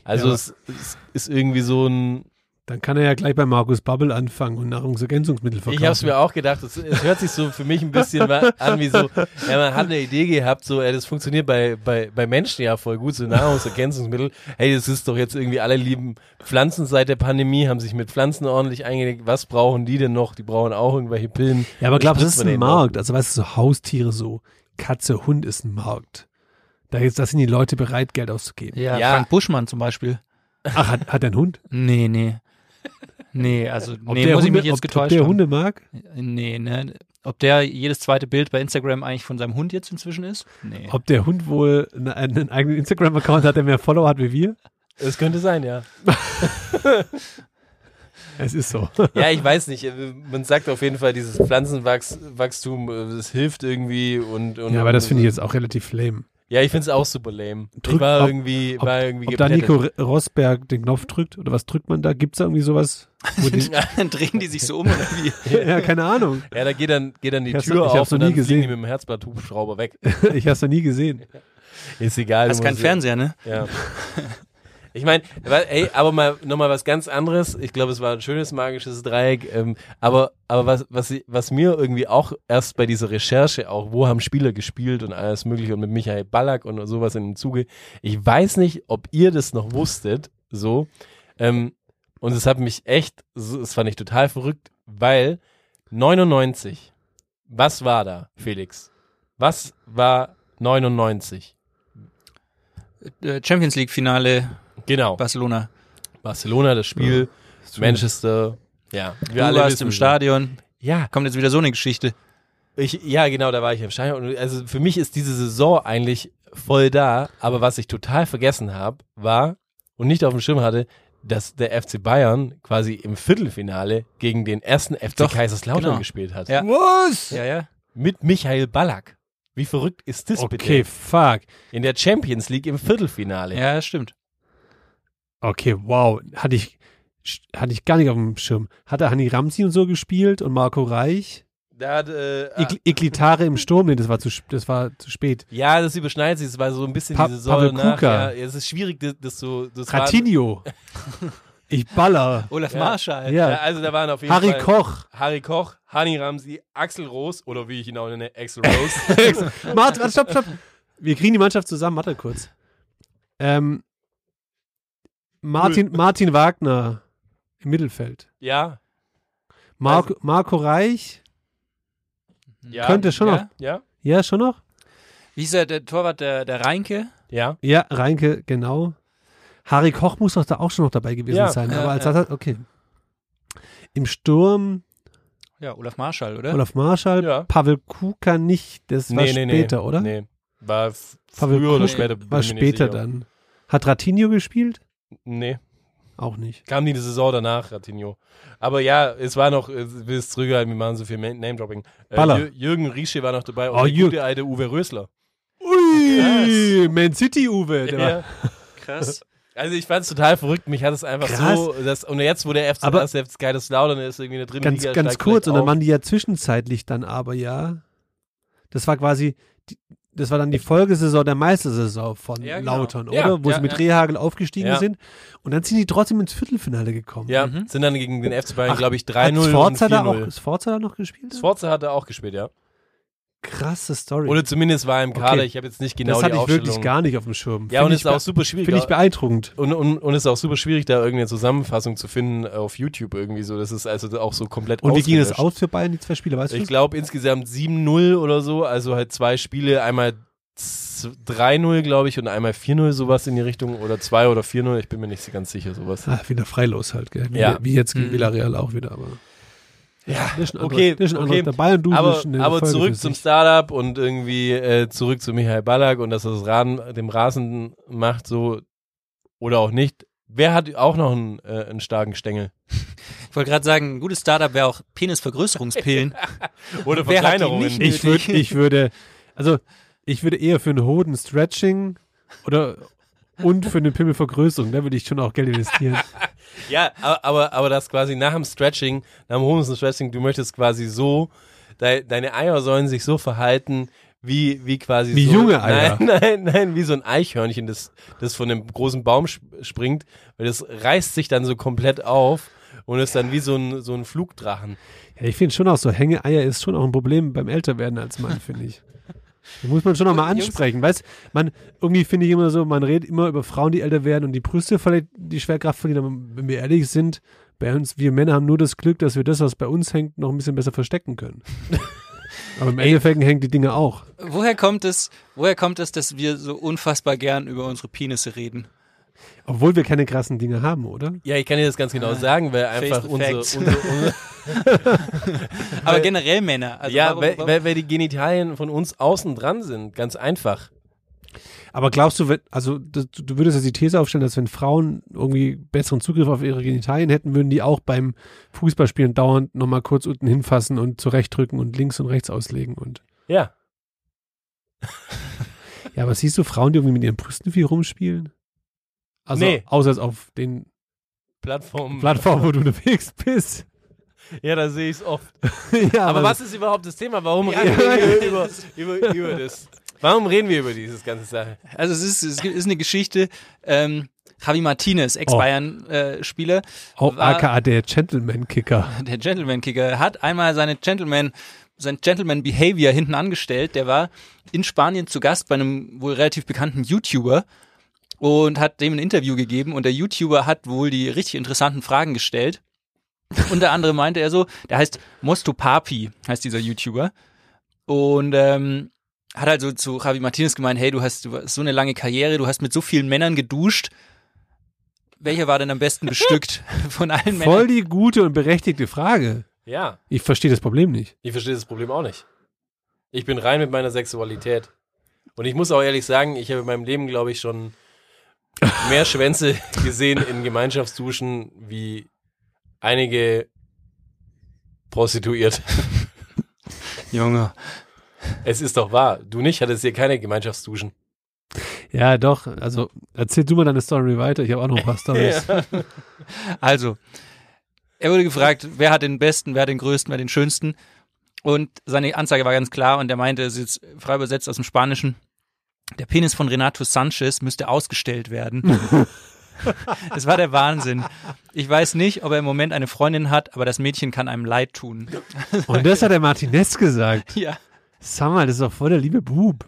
Speaker 2: Also
Speaker 6: Ja.
Speaker 2: es, es ist irgendwie so ein.
Speaker 6: Dann kann er ja gleich bei Markus Bubble anfangen und Nahrungsergänzungsmittel verkaufen.
Speaker 2: Ich habe es mir auch gedacht, es, es hört sich so für mich ein bisschen wa- an wie so, ja, man hat eine Idee gehabt, so, ey, das funktioniert bei, bei, bei Menschen ja voll gut, so Nahrungsergänzungsmittel. Hey, das ist doch jetzt irgendwie alle lieben Pflanzen seit der Pandemie, haben sich mit Pflanzen ordentlich eingelegt. Was brauchen die denn noch? Die brauchen auch irgendwelche Pillen.
Speaker 6: ja, aber glaubst du, das
Speaker 2: Spritzt
Speaker 6: ist
Speaker 2: man
Speaker 6: ein
Speaker 2: denen auch.
Speaker 6: Markt. Also weißt du, so Haustiere so. Katze, Hund ist ein Markt. Da, ist, da sind die Leute bereit, Geld auszugeben.
Speaker 7: Ja,
Speaker 2: Ja.
Speaker 7: Frank Buschmann zum Beispiel.
Speaker 6: Ach, hat, hat der einen Hund?
Speaker 7: Nee, nee. Nee, also nee,
Speaker 6: der
Speaker 7: muss
Speaker 6: Hunde,
Speaker 7: ich mich jetzt
Speaker 6: ob, ob
Speaker 7: getäuscht
Speaker 6: der
Speaker 7: haben.
Speaker 6: Hunde mag?
Speaker 7: Nee, ne? Ob der jedes zweite Bild bei Instagram eigentlich von seinem Hund jetzt inzwischen ist? Nee.
Speaker 6: Ob der Hund wohl eine- einen eigenen Instagram-Account hat, der mehr Follower hat wie wir?
Speaker 2: Es könnte sein, ja.
Speaker 6: Es ist so.
Speaker 2: Ja, ich weiß nicht. äh, Man sagt auf jeden Fall, dieses Pflanzenwachstum, äh, das hilft irgendwie und. und
Speaker 6: Ja, aber das
Speaker 7: äh,
Speaker 6: finde ich jetzt auch relativ lame.
Speaker 2: Ja, ich finde es auch super lame.
Speaker 6: Drück-
Speaker 2: ich war
Speaker 6: ob-
Speaker 2: irgendwie,
Speaker 6: ob-
Speaker 2: war irgendwie
Speaker 6: Ob da
Speaker 2: geplättet.
Speaker 6: Nico R- Rosberg den Knopf drückt oder was drückt man da? Gibt es da irgendwie sowas? Wo die,
Speaker 7: Dann drehen die sich so um oder wie?
Speaker 6: ja, keine Ahnung.
Speaker 2: Ja, da geht dann, geht dann die
Speaker 6: Ich hab's-
Speaker 2: Tür
Speaker 6: ich
Speaker 2: auf
Speaker 6: hab's noch
Speaker 2: und
Speaker 6: nie
Speaker 2: dann fliegen die
Speaker 6: gesehen.
Speaker 2: mit dem Herzblatt-Hubschrauber weg.
Speaker 6: Ich habe es noch nie gesehen.
Speaker 2: Ist
Speaker 6: Also
Speaker 2: egal.
Speaker 7: Hast
Speaker 2: du
Speaker 7: keinen
Speaker 2: musst-
Speaker 7: Fernseher, ne?
Speaker 2: Ja. Ich meine, ey, aber mal nochmal was ganz anderes. Ich glaube, es war ein schönes magisches Dreieck. Ähm, aber aber was, was, ich- was mir irgendwie auch erst bei dieser Recherche auch, wo haben Spieler gespielt und alles mögliche und mit Michael Ballack und sowas in dem Zuge. Ich weiß nicht, ob ihr das noch wusstet, so. Ähm, und es hat mich echt, so- das fand ich total verrückt, weil 99, was war da, Felix? Was war 99?
Speaker 7: Äh, Champions League Finale
Speaker 2: Genau.
Speaker 7: Barcelona.
Speaker 2: Barcelona, das Spiel, Manchester, ja.
Speaker 7: Du warst im Stadion.
Speaker 2: Ja,
Speaker 7: Kommt jetzt wieder so eine Geschichte.
Speaker 2: ich, ja, genau, da war ich im Stadion. Und Also für mich ist diese Saison eigentlich voll da, aber was ich total vergessen habe, war und nicht auf dem Schirm hatte, dass der FC Bayern quasi im Viertelfinale gegen den ersten FC
Speaker 7: Doch,
Speaker 2: Kaiserslautern
Speaker 7: genau.
Speaker 2: gespielt hat.
Speaker 7: Ja.
Speaker 6: Was?
Speaker 7: Ja, ja.
Speaker 2: Mit Michael Ballack. Wie verrückt ist das
Speaker 6: Okay,
Speaker 2: bitte?
Speaker 6: fuck.
Speaker 2: In der Champions League im Viertelfinale.
Speaker 7: Ja, stimmt.
Speaker 6: Okay, wow. Hatte ich, hatte ich gar nicht auf dem Schirm. Hat da Hanni Ramsi und so gespielt und Marco Reich?
Speaker 2: Da hat, äh,
Speaker 6: Ah. Iglitare im Sturm, nee, das war zu, sp- das war zu spät.
Speaker 2: ja, das überschneidet sich. Es war so ein bisschen
Speaker 6: Pa-
Speaker 2: die Saison
Speaker 6: Pavel
Speaker 2: nach. Ja,
Speaker 6: Kuka.
Speaker 2: ja, es ist schwierig, das, das so. Das war-
Speaker 6: Ratinho. ich baller.
Speaker 7: Olaf
Speaker 2: Ja.
Speaker 7: Marschall.
Speaker 2: Ja,
Speaker 6: Ja.
Speaker 2: also da waren auf jeden
Speaker 6: Harry
Speaker 2: Fall
Speaker 6: Koch.
Speaker 2: Harry Koch, Hani Ramsey, Axel Rose oder wie ich ihn auch nenne, Axel Rose.
Speaker 6: Mart, warte, stopp, stopp. Wir kriegen die Mannschaft zusammen, warte kurz. Ähm, Martin, Martin Wagner im Mittelfeld.
Speaker 2: ja, Also-
Speaker 6: Marco, Marco Reich
Speaker 2: ja.
Speaker 6: könnte schon
Speaker 7: ja.
Speaker 6: noch.
Speaker 2: Ja,
Speaker 6: Ja, schon noch?
Speaker 7: Wie ist der, der Torwart der, der Reinke?
Speaker 2: ja.
Speaker 6: Ja, Reinke, genau. Harry Koch muss doch da auch schon noch dabei gewesen
Speaker 2: Ja, äh,
Speaker 6: sein.
Speaker 7: ja,
Speaker 6: aber als
Speaker 7: ja.
Speaker 6: Ersatz- okay. Im Sturm
Speaker 7: Ja, Olaf Marschall, oder?
Speaker 6: Olaf Marschall,
Speaker 2: Äh, Ja.
Speaker 6: Pavel Kuka nicht, das war später, oder?
Speaker 2: Nee, war f-
Speaker 6: Pavel
Speaker 2: früher oder
Speaker 6: Kuka
Speaker 2: später. bin
Speaker 6: War
Speaker 2: ich mir nicht
Speaker 6: später
Speaker 2: sicher.
Speaker 6: dann. Hat Ratinho gespielt?
Speaker 2: Nee,
Speaker 6: Auch nicht.
Speaker 2: kam die Saison danach, Ratinho. Aber ja, es war noch, äh, wir zurückhalten, wir machen so viel Ma- Name-Dropping. Äh,
Speaker 6: Baller.
Speaker 2: Jür- Jürgen Riesche war noch dabei und
Speaker 6: Oh,
Speaker 2: der
Speaker 6: Jürg.
Speaker 2: gute alte Uwe Rösler.
Speaker 6: Ui, Man City Uwe. Der
Speaker 2: Ja.
Speaker 6: war,
Speaker 7: Krass.
Speaker 2: Also ich fand's total verrückt, mich hat es einfach
Speaker 6: Krass.
Speaker 2: so, dass, und jetzt, wo der FC
Speaker 6: Aber-
Speaker 2: Basel jetzt geiles Laudern ist, irgendwie eine dritte
Speaker 6: Ganz,
Speaker 2: Liga.
Speaker 6: ganz
Speaker 2: steigt
Speaker 6: kurz, und
Speaker 2: vielleicht
Speaker 6: dann
Speaker 2: auf.
Speaker 6: waren die ja zwischenzeitlich dann aber ja. Das war quasi, die, das war dann die Folgesaison der Meistersaison von
Speaker 7: Ja, genau.
Speaker 6: Lautern,
Speaker 2: Äh, Ja,
Speaker 6: oder? Wo
Speaker 2: ja,
Speaker 6: sie mit
Speaker 7: ja.
Speaker 6: Rehagel aufgestiegen
Speaker 2: Ja.
Speaker 6: sind. Und dann sind die trotzdem ins Viertelfinale gekommen.
Speaker 2: Ja, sind dann gegen den FC Bayern,
Speaker 6: Mhm. Ach,
Speaker 2: glaube ich,
Speaker 6: Hat
Speaker 2: 3-0 und
Speaker 6: Sforza da auch,
Speaker 2: 4-0.
Speaker 6: ist Sforza da noch gespielt?
Speaker 2: Sforza hat er auch gespielt, ja.
Speaker 6: Krasse Story.
Speaker 2: Oder zumindest war er im Kader,
Speaker 6: Okay.
Speaker 2: ich habe jetzt nicht genau
Speaker 6: das hatte
Speaker 2: die
Speaker 6: ich
Speaker 2: Aufstellung.
Speaker 6: wirklich gar nicht auf dem Schirm.
Speaker 2: ja, und
Speaker 6: Find
Speaker 2: es
Speaker 6: ich
Speaker 2: ist auch
Speaker 6: bee-
Speaker 2: super schwierig.
Speaker 6: Finde ich beeindruckend.
Speaker 2: und, und, und es ist auch super schwierig, da irgendeine Zusammenfassung zu finden auf YouTube irgendwie so. Das ist also auch so komplett
Speaker 6: Und wie ging es
Speaker 2: ausgelöscht.
Speaker 6: aus für Bayern, die zwei Spiele? Weißt du
Speaker 2: Ich
Speaker 6: das?
Speaker 2: glaube insgesamt 7-0 oder so, also halt zwei Spiele, einmal z- 3-0, glaube ich, und einmal 4-0 sowas in die Richtung oder 2 oder 4-0, ich bin mir nicht so ganz sicher, sowas.
Speaker 6: Ah, wieder freilos halt, gell? Wie,
Speaker 2: Ja.
Speaker 6: wie jetzt gegen
Speaker 7: Mhm.
Speaker 6: Villarreal auch wieder, aber.
Speaker 2: Ja,
Speaker 6: das ist ein anderer-
Speaker 2: okay,
Speaker 6: das ist ein
Speaker 2: okay.
Speaker 6: anderer- Der Bayern du
Speaker 2: Aber, aber zurück zum Startup und irgendwie äh, zurück zu Michael Ballack und dass er das Raden, dem Rasen macht, so oder auch nicht. Wer hat auch noch einen, äh, einen starken Stängel?
Speaker 7: Ich wollte gerade sagen, ein gutes Startup wäre auch Penisvergrößerungspillen.
Speaker 2: Oder
Speaker 7: Wer hat die
Speaker 2: Verkleinerungen?
Speaker 7: nicht? nötig.
Speaker 6: Ich würde, ich würde, also ich würde eher für einen Hoden Stretching oder und für eine Pimmelvergrößerung, da würde ich schon auch Geld investieren.
Speaker 2: Ja, aber, aber, aber das quasi nach dem Stretching, nach dem Homeless Stretching, du möchtest quasi so, de, deine Eier sollen sich so verhalten, wie, wie quasi
Speaker 6: Wie
Speaker 2: so.
Speaker 6: junge Eier.
Speaker 2: Nein, nein, nein, wie so ein Eichhörnchen, das, das von einem großen Baum sp- springt, weil das reißt sich dann so komplett auf und ist dann wie so ein, so ein Flugdrachen.
Speaker 6: Ja, ich finde schon auch so, Hängeeier ist schon auch ein Problem beim Älterwerden als Mann, finde ich. Da muss man schon auch mal ansprechen, weißt man, irgendwie finde ich immer so, man redet immer über Frauen, die älter werden und die Brüste vielleicht die Schwerkraft verlieren, aber wenn wir ehrlich sind, bei uns, wir Männer haben nur das Glück, dass wir das, was bei uns hängt, noch ein bisschen besser verstecken können. aber im Endeffekt hängen die Dinge auch.
Speaker 7: woher kommt es, woher kommt es, dass wir so unfassbar gern über unsere Penisse reden?
Speaker 6: Obwohl wir keine krassen Dinge haben, oder?
Speaker 2: Ja, ich kann dir das ganz genau sagen, weil einfach
Speaker 7: Ah, the
Speaker 2: unsere,
Speaker 7: facts.
Speaker 2: unsere, unsere
Speaker 7: Aber generell Männer. Also
Speaker 2: ja,
Speaker 7: warum,
Speaker 2: weil,
Speaker 7: warum,
Speaker 2: weil, weil die Genitalien von uns außen dran sind, ganz einfach.
Speaker 6: Aber glaubst du, wenn, also das, du würdest jetzt die These aufstellen, dass wenn Frauen irgendwie besseren Zugriff auf ihre Genitalien hätten, würden die auch beim Fußballspielen dauernd nochmal kurz unten hinfassen und zurechtdrücken und links und rechts auslegen und.
Speaker 2: Ja.
Speaker 6: Ja, aber siehst du Frauen, die irgendwie mit ihren Brüsten viel rumspielen? Also
Speaker 2: Nee.
Speaker 6: außer jetzt auf den
Speaker 2: Plattformen.
Speaker 6: Plattformen, wo du unterwegs bist.
Speaker 2: ja, da sehe ich es oft.
Speaker 6: ja,
Speaker 2: Aber was ist überhaupt das Thema? Warum
Speaker 7: Ja,
Speaker 2: reden wir über,
Speaker 7: das-
Speaker 2: über, über das? Warum reden wir über dieses ganze Sache?
Speaker 7: also es ist, es gibt- ist eine Geschichte, ähm, Javi Martinez, äh, Ex-Bayern-Spieler,
Speaker 6: Auch
Speaker 7: war-
Speaker 6: aka der Gentleman-Kicker.
Speaker 7: der Gentleman-Kicker, hat einmal seine Gentleman, sein Gentleman-Behavior hinten angestellt. Der war in Spanien zu Gast bei einem wohl relativ bekannten YouTuber und hat dem ein Interview gegeben und der YouTuber hat wohl die richtig interessanten Fragen gestellt. Unter anderem meinte er so, der heißt Mosto Papi, heißt dieser YouTuber. Und ähm, hat halt so zu Javi Martinez gemeint, hey, du hast, du hast so eine lange Karriere, du hast mit so vielen Männern geduscht. Welcher war denn am besten bestückt von allen Männern?
Speaker 6: Voll die gute und berechtigte Frage.
Speaker 2: Ja,
Speaker 6: Ich verstehe das Problem nicht.
Speaker 2: ich verstehe das Problem auch nicht. Ich bin rein mit meiner Sexualität. Und ich muss auch ehrlich sagen, ich habe in meinem Leben, glaube ich, schon mehr Schwänze gesehen in Gemeinschaftsduschen wie einige Prostituierte.
Speaker 7: Junge.
Speaker 2: Es ist doch wahr. Du nicht hattest hier keine Gemeinschaftsduschen.
Speaker 6: Ja, doch. Also erzähl du mal deine Story weiter. Ich habe auch noch ein paar Stories.
Speaker 7: Also, er wurde gefragt, wer hat den besten, wer hat den größten, wer den schönsten. Und seine Anzeige war ganz klar und er meinte, es ist jetzt frei übersetzt aus dem Spanischen, der Penis von Renato Sanchez müsste ausgestellt werden. Es war der Wahnsinn. Ich weiß nicht, ob er im Moment eine Freundin hat, aber das Mädchen kann einem leid tun.
Speaker 6: Und das hat der Martinez gesagt.
Speaker 7: Ja.
Speaker 6: Sag mal, das ist doch voll der liebe Bub.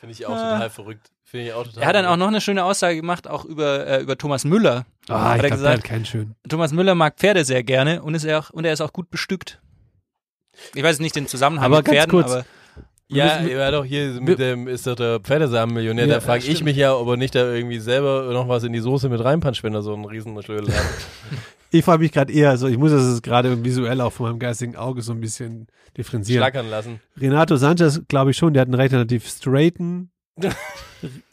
Speaker 2: Finde ich auch total verrückt. Finde ich auch total
Speaker 7: Er hat dann auch
Speaker 2: verrückt.
Speaker 7: noch eine schöne Aussage gemacht, auch über, äh, über Thomas Müller.
Speaker 6: Ah, ich
Speaker 7: hat er
Speaker 6: glaube, der
Speaker 7: gesagt,
Speaker 6: hat keinen schönen.
Speaker 7: Thomas Müller mag Pferde sehr gerne und, ist er auch, und er ist auch gut bestückt. Ich weiß nicht den Zusammenhang
Speaker 6: Aber
Speaker 7: mit
Speaker 6: ganz
Speaker 7: Pferden,
Speaker 6: kurz,
Speaker 7: aber
Speaker 2: Ja,
Speaker 6: müssen-
Speaker 2: er war doch hier mit dem, ist doch der Pferdesamen-Millionär. da
Speaker 6: Ja,
Speaker 2: frage ich mich ja, ob er nicht da irgendwie selber noch was in die Soße mit reinpanscht, wenn er so einen riesen Schlödel hat.
Speaker 6: Ich frage mich gerade eher, also ich muss das jetzt gerade visuell auch von meinem geistigen Auge so ein bisschen differenzieren.
Speaker 2: Schlackern lassen.
Speaker 6: Renato Sanchez, glaube ich schon, der hat einen recht relativ straighten, r-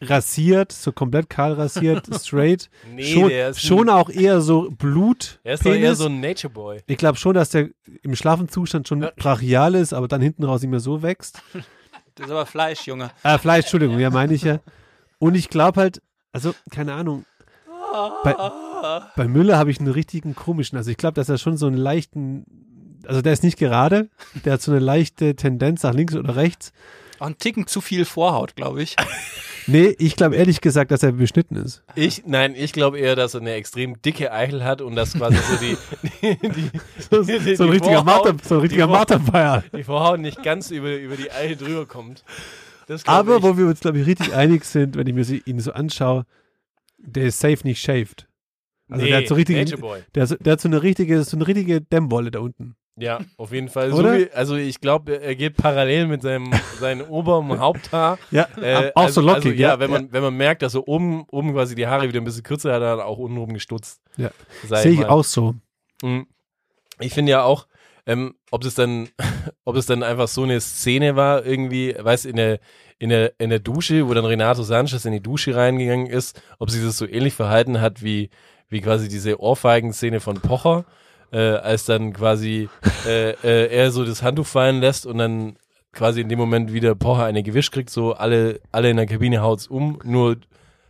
Speaker 6: rasiert, so komplett kahl rasiert, straight.
Speaker 2: Nee,
Speaker 6: schon,
Speaker 2: der ist
Speaker 6: schon
Speaker 2: ein,
Speaker 6: auch eher so Blut.
Speaker 2: Er ist doch eher
Speaker 6: Penis.
Speaker 2: so ein Nature-Boy.
Speaker 6: Ich glaube schon, dass der im schlafen Zustand schon brachial ist, aber dann hinten raus nicht mehr so wächst.
Speaker 7: das ist aber
Speaker 6: Ah,
Speaker 7: Fleisch, Junge.
Speaker 6: Äh, Fleisch, Entschuldigung, ja, meine ich ja. Und ich glaube halt, also, keine Ahnung. bei, bei Müller habe ich einen richtigen komischen. Also ich glaube, dass er schon so einen leichten, also der ist nicht gerade, der hat so eine leichte Tendenz nach links oder rechts.
Speaker 7: Auch einen Ticken zu viel Vorhaut, glaube ich.
Speaker 6: Nee, ich glaube ehrlich gesagt, dass er beschnitten ist.
Speaker 2: Ich, nein, ich glaube eher, dass er eine extrem dicke Eichel hat und dass quasi so die, die, die,
Speaker 6: So, so
Speaker 2: die
Speaker 6: ein richtiger
Speaker 2: Vorhaut-
Speaker 6: Marter, so ein richtiger
Speaker 2: die Vorhaut-
Speaker 6: Marterfeier.
Speaker 2: die Vorhaut nicht ganz über, über die Eichel drüber kommt. Das glaub
Speaker 6: Aber
Speaker 2: ich.
Speaker 6: wo wir uns, glaube ich, richtig einig sind, wenn ich mir sie, ihn so anschaue, der ist safe nicht shaved. Also
Speaker 2: nee,
Speaker 6: der hat so richtig,
Speaker 2: Nature Boy.
Speaker 6: der, hat so- der hat so eine richtige, so eine richtige Dämmwolle da unten.
Speaker 2: Ja, auf jeden Fall.
Speaker 6: Oder?
Speaker 2: So wie, also ich glaube, er- er geht parallel mit seinem, seinem oberen Haupthaar.
Speaker 6: Ja,
Speaker 2: Äh,
Speaker 6: auch
Speaker 2: also,
Speaker 6: so lockig.
Speaker 2: also, ja, wenn man wenn man merkt, dass so oben oben quasi die Haare wieder ein bisschen kürzer hat, dann auch untenrum gestutzt.
Speaker 6: Ja.
Speaker 2: Sag
Speaker 6: sehe ich
Speaker 2: mal.
Speaker 6: auch so.
Speaker 2: Mhm. Ich finde ja auch, ähm, ob es dann, ob es dann einfach so eine Szene war, irgendwie, weißt in der, in der, in der Dusche, wo dann Renato Sanchez in die Dusche reingegangen ist, ob sie das so ähnlich verhalten hat wie, wie quasi diese Ohrfeigen-Szene von Pocher, äh, als dann quasi äh, äh, er so das Handtuch fallen lässt und dann quasi in dem Moment wieder Pocher eine gewischt kriegt, so alle, alle in der Kabine haut's um, nur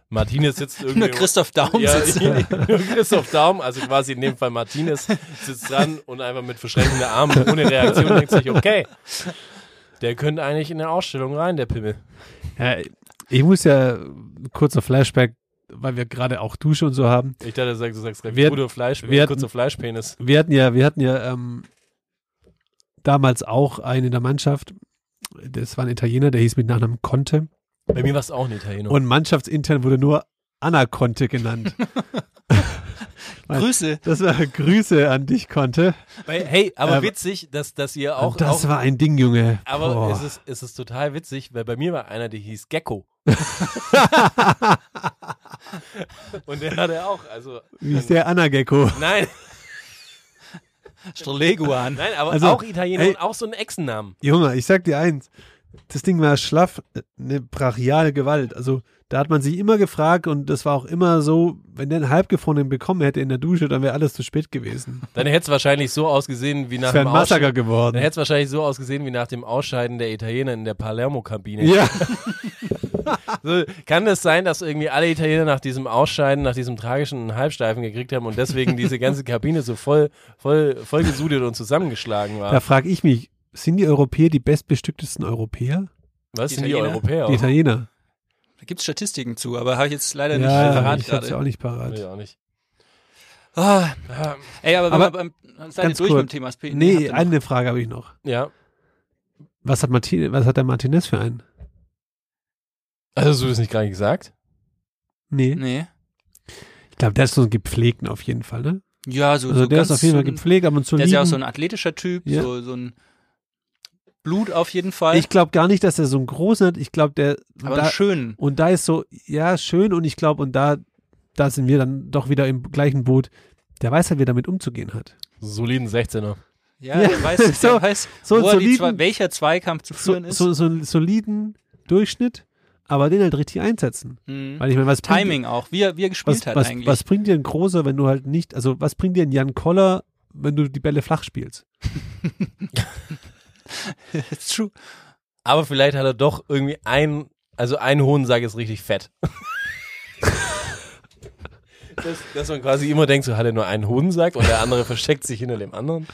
Speaker 2: Martinez sitzt irgendwie.
Speaker 7: Nur Christoph Daum
Speaker 2: Ja,
Speaker 7: sitzt.
Speaker 2: nur Christoph Daum, also quasi in dem Fall Martinez, sitzt dran und einfach mit verschränkten Armen ohne Reaktion denkt sich, okay, der könnte eigentlich in eine Ausstellung rein, der Pimmel.
Speaker 6: Ja, ich muss ja kurzer Flashback, weil wir gerade auch Dusche und so haben.
Speaker 2: Ich dachte, du sagst, du sagst gleich,
Speaker 6: Wir-
Speaker 2: guter Fleisch,
Speaker 6: wir hatten-
Speaker 2: kurzer Fleischpenis.
Speaker 6: Wir hatten ja, wir hatten ja ähm, damals auch einen in der Mannschaft. Das war ein Italiener, der hieß mit Nachnamen Conte.
Speaker 2: Bei mir war es auch ein Italiener.
Speaker 6: Und mannschaftsintern wurde nur Anna Conte genannt.
Speaker 7: Grüße.
Speaker 6: Das war Grüße an dich, Conte.
Speaker 2: Weil, hey, aber
Speaker 6: Ähm,
Speaker 2: witzig, dass, dass ihr auch...
Speaker 6: Auch, das
Speaker 2: auch,
Speaker 6: war ein Ding, Junge.
Speaker 2: aber
Speaker 6: Boah.
Speaker 2: es ist, es ist total witzig, weil bei mir war einer, der hieß Gecko. und der hatte auch, also...
Speaker 6: Wie ist der Anna-Gecko?
Speaker 2: Nein,
Speaker 7: Streleguan.
Speaker 2: nein, aber
Speaker 6: Also,
Speaker 2: auch Italiener
Speaker 6: hey.
Speaker 2: und auch so einen Echsennamen.
Speaker 6: Junge, ich sag dir eins. Das Ding war schlaff, äh, eine brachiale Gewalt. Also da hat man sich immer gefragt und das war auch immer so, wenn der einen halbgefrorenen bekommen hätte in der Dusche, dann wäre alles zu spät gewesen.
Speaker 2: Dann hätte es wahrscheinlich so ausgesehen wie nach
Speaker 6: Das wäre
Speaker 2: dem
Speaker 6: ein
Speaker 2: Ausschlag.
Speaker 6: Massaker
Speaker 2: Dann
Speaker 6: geworden.
Speaker 2: hätte es wahrscheinlich so ausgesehen wie nach dem Ausscheiden der Italiener in der Palermo-Kabine.
Speaker 6: Ja,
Speaker 2: So, kann es sein, dass irgendwie alle Italiener nach diesem Ausscheiden, nach diesem tragischen Halbsteifen gekriegt haben und deswegen diese ganze Kabine so voll, voll, voll gesudelt und zusammengeschlagen war?
Speaker 6: da frage ich mich, sind die Europäer die bestbestücktesten Europäer?
Speaker 2: Was sind die
Speaker 7: Italiener?
Speaker 2: Europäer?
Speaker 6: Die Italiener.
Speaker 7: Da gibt es Statistiken zu, aber habe ich jetzt leider nicht
Speaker 6: Ja,
Speaker 7: verraten
Speaker 6: ich hab's
Speaker 7: gerade.
Speaker 6: ja auch nicht
Speaker 2: Nee,
Speaker 6: parat.
Speaker 2: auch nicht.
Speaker 7: Ah, ey, aber, wenn
Speaker 6: Aber
Speaker 7: man beim, seid ihr
Speaker 6: ganz
Speaker 7: durch
Speaker 6: kurz.
Speaker 7: mit dem Thema SP?
Speaker 6: Nee, also
Speaker 7: habt ihr noch.
Speaker 6: eine Frage habe ich noch.
Speaker 2: Ja.
Speaker 6: Was hat, Martin, was hat der Martinez für einen?
Speaker 2: Also, hast du das nicht gerade gesagt?
Speaker 6: Nee.
Speaker 7: nee.
Speaker 6: Ich glaube, der ist so ein gepflegten auf jeden Fall, ne?
Speaker 7: Ja, so,
Speaker 6: Also
Speaker 7: so
Speaker 6: der
Speaker 7: ganz
Speaker 6: ist auf jeden Fall
Speaker 7: so ein-
Speaker 6: gepflegt, aber zu
Speaker 7: Der ist ja auch so ein athletischer Typ,
Speaker 6: Ja.
Speaker 7: so, so ein Blut auf jeden Fall,
Speaker 6: Ich glaube gar nicht, dass er so einen großen hat. Ich glaube, der
Speaker 7: aber
Speaker 6: da,
Speaker 7: einen schönen.
Speaker 6: und da ist so, ja, schön und ich glaube, und da, da sind wir dann doch wieder im gleichen Boot. Der weiß halt, wie er damit umzugehen hat.
Speaker 2: Soliden 16er.
Speaker 7: Ja,
Speaker 6: Ja,
Speaker 7: der weiß, der
Speaker 6: so-
Speaker 7: weiß
Speaker 6: so
Speaker 7: wo er die
Speaker 6: soliden-
Speaker 7: zwei, welcher Zweikampf zu
Speaker 6: So,
Speaker 7: führen ist.
Speaker 6: so, so einen soliden Durchschnitt, aber den halt richtig einsetzen.
Speaker 7: Mhm.
Speaker 6: Weil ich meine, was bringt-
Speaker 7: Timing auch, wie er, wie er gespielt
Speaker 6: was,
Speaker 7: hat
Speaker 6: was,
Speaker 7: eigentlich.
Speaker 6: was bringt dir ein großer, wenn du halt nicht, also was bringt dir ein Jan Koller, wenn du die Bälle flach spielst?
Speaker 7: It's true.
Speaker 2: Aber vielleicht hat er doch irgendwie einen, also einen hohen Sack ist richtig fett. Dass, dass man quasi immer denkt, so hat er nur einen Hodensack und der andere versteckt sich hinter dem anderen.